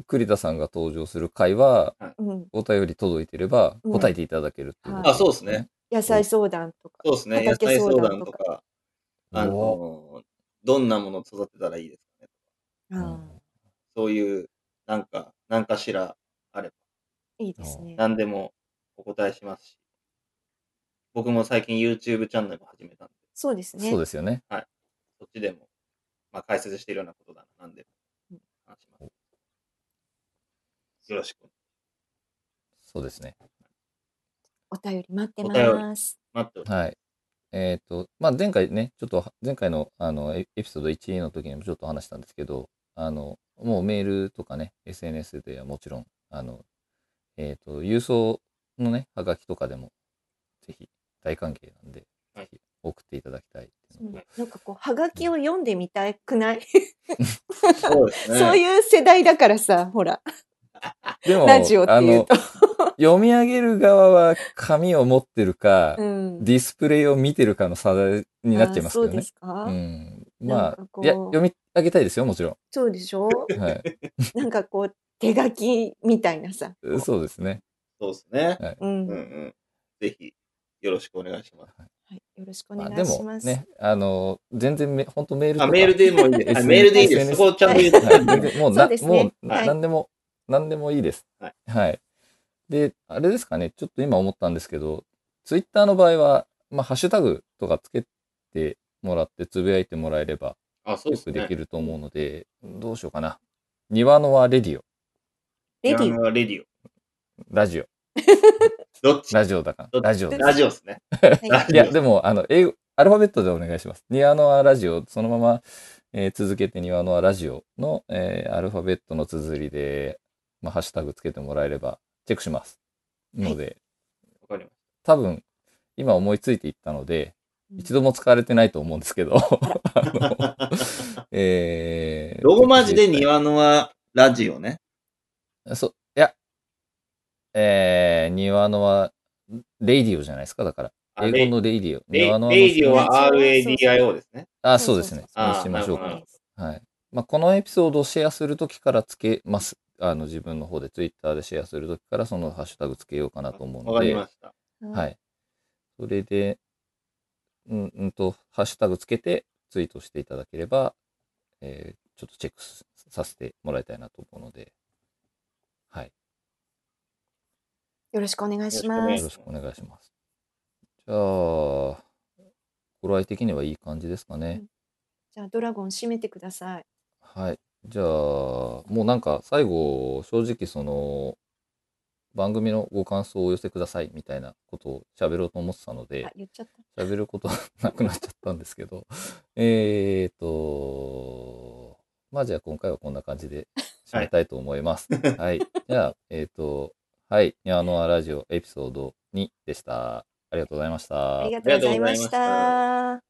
Speaker 1: 栗田さんが登場する回は、
Speaker 3: うん、
Speaker 1: お便り届いてれば、
Speaker 3: うん
Speaker 1: 答えていただけるっていうこと
Speaker 3: はいあ
Speaker 2: そうっすね。
Speaker 3: 野菜相談とか。
Speaker 2: そうですね、野
Speaker 3: 畑
Speaker 2: 菜
Speaker 3: 相
Speaker 2: 相談
Speaker 3: 談
Speaker 2: と
Speaker 3: とか
Speaker 2: か、
Speaker 1: お
Speaker 2: あの、どんなもの育てたらいいですかね。
Speaker 1: うん
Speaker 3: あ
Speaker 2: そういう、なんか、なんかしら、
Speaker 3: ーいいですね。
Speaker 2: 何でもお答えしますし。僕も最近 YouTube チャンネルも始めたんで、
Speaker 3: そうですね。
Speaker 1: そうですよね。
Speaker 2: そっちでも、まあ、解説しているようなことだな、なんでも話します。よろしく。
Speaker 1: そうですね。
Speaker 3: お便り待ってます。
Speaker 2: 待っておりま
Speaker 1: はい。えっ、と、まあ、前回ね、ちょっと、前回の、あの、エエピソード1の時にもちょっと話したんですけど、あの、もうメールとかね、SNS ではもちろん、あの、えっ、と、郵送のね、はがきとかでも、ぜひ、大歓迎なんで、
Speaker 2: はい
Speaker 1: ぜひ送っていただきたいっていう
Speaker 3: う
Speaker 1: の
Speaker 3: ん
Speaker 1: と
Speaker 3: なんかこうはがきを読んでみたくない、
Speaker 2: す。そうですね。
Speaker 3: そういう世代だからさほら
Speaker 1: でも、
Speaker 3: ラジオって
Speaker 1: あ
Speaker 3: いう
Speaker 1: の
Speaker 3: と、
Speaker 1: 読み上げる側は紙を持ってるか、
Speaker 3: うん、
Speaker 1: ディスプレイを見てるかの差になっちゃいますけ
Speaker 3: あーそう
Speaker 1: ど
Speaker 3: で
Speaker 1: ね。
Speaker 3: すか、
Speaker 1: ん。
Speaker 3: な
Speaker 1: ま
Speaker 3: んかこ
Speaker 1: あ、
Speaker 3: う
Speaker 1: いや、読み上げたいですよ、もちろ
Speaker 3: そうでしょ
Speaker 1: ん。はい。
Speaker 3: なんかこう手書きみたいなさ、
Speaker 1: そうですね。
Speaker 2: そうですね。
Speaker 3: うん
Speaker 2: うんう
Speaker 3: は
Speaker 2: ん。ぜひ、よろしくお願いします。
Speaker 3: い、よろしくお
Speaker 1: ま
Speaker 3: 願
Speaker 1: あ、で
Speaker 3: いし
Speaker 1: も
Speaker 3: ます。
Speaker 1: ね、あの、全然め、本当メールと
Speaker 2: あ、
Speaker 1: か。
Speaker 2: メールでもいいです。はい
Speaker 1: SNS
Speaker 2: メールでいいです。
Speaker 1: SNS
Speaker 2: そこをちゃんと言って。
Speaker 1: はい全然もう
Speaker 3: そ
Speaker 1: な、
Speaker 3: うですね
Speaker 1: もう、
Speaker 2: はい
Speaker 1: 何でも、何でもいいです。
Speaker 2: はい。
Speaker 1: で、あれですかね、ちょっと今思ったんですけど、ツイッターの場合は、まあ、ハッシュタグとかつけてもらって、つぶやいてもらえれば、
Speaker 2: あ、そう
Speaker 1: よ
Speaker 2: です
Speaker 1: くで
Speaker 2: ね
Speaker 1: き。ると思うので、どうしようかな。庭のはレディオ、
Speaker 3: レディ
Speaker 2: ピアノはレディオ。
Speaker 1: ラジオ、
Speaker 2: どっち
Speaker 1: ラジオだから、ラジオです。
Speaker 2: ラジオですね。
Speaker 3: はい
Speaker 1: いや、でも、あの、英語、アルファベットでお願いします。ニアノアラジオ、そのまま、えー続けてニアノアラジオの、えーアルファベットの綴りで、まあ、ハッシュタグつけてもらえれば、チェックします。ので、
Speaker 2: わかりまし
Speaker 1: 多分、今思いついていったので、
Speaker 3: うん
Speaker 1: 一度も使われてないと思うんですけど、 あの、
Speaker 2: た。
Speaker 1: えー、
Speaker 2: ロゴマジで
Speaker 1: ニ
Speaker 2: 庭のはラジオね。
Speaker 1: アそう、いや、えー、ニアノア、レイディオじゃないですか、だから。
Speaker 2: あ
Speaker 1: 英
Speaker 2: レ
Speaker 1: 語のレイディオ。
Speaker 2: レ
Speaker 1: ニアノアの
Speaker 2: レイディオは
Speaker 3: そうそう
Speaker 2: RADIO ですね。
Speaker 1: あ、そうですね。
Speaker 3: そ
Speaker 1: そう
Speaker 2: あ
Speaker 1: しましょう
Speaker 2: なる
Speaker 1: か
Speaker 2: ほ。
Speaker 1: はい。まあ、このエピソードをシェアするときからつけます。あの、自分の方で、ツイッターでシェアするときから、そのハッシュタグつけようかなと思う
Speaker 2: どわ
Speaker 1: の
Speaker 2: かり
Speaker 1: で、
Speaker 2: ました。
Speaker 1: は
Speaker 3: はい
Speaker 1: い。それで、うん、うんと、ハッシュタグつけて、ツイートしていただければ、えーちょっとチェックすさせてもらいたいなと思うので、はい。
Speaker 3: よろしくお願いし
Speaker 2: よろしくお願
Speaker 3: ま
Speaker 1: よ
Speaker 2: いし
Speaker 3: す
Speaker 1: ろ。しくお願いします。じゃあ、頃合い的にはいい感じですかね。
Speaker 3: じゃあドラゴン閉めてください。
Speaker 1: はい。じゃあ、もうなんか最後、正直その、番組のご感想をお寄せくださいみたいなことを喋ろうと思ってたの
Speaker 3: あ
Speaker 1: で、
Speaker 3: 言っちゃった。
Speaker 1: 喋ること なくなっちゃったんですけど、 えーと、まあじゃあ今回はこんな感じで締めたいと思います。はい。じゃあ、えーと、はい。ニャーノアラジオエピソード2でした。ありがとうございました。
Speaker 3: ありがとうございまし
Speaker 2: ありがとうござい
Speaker 3: た。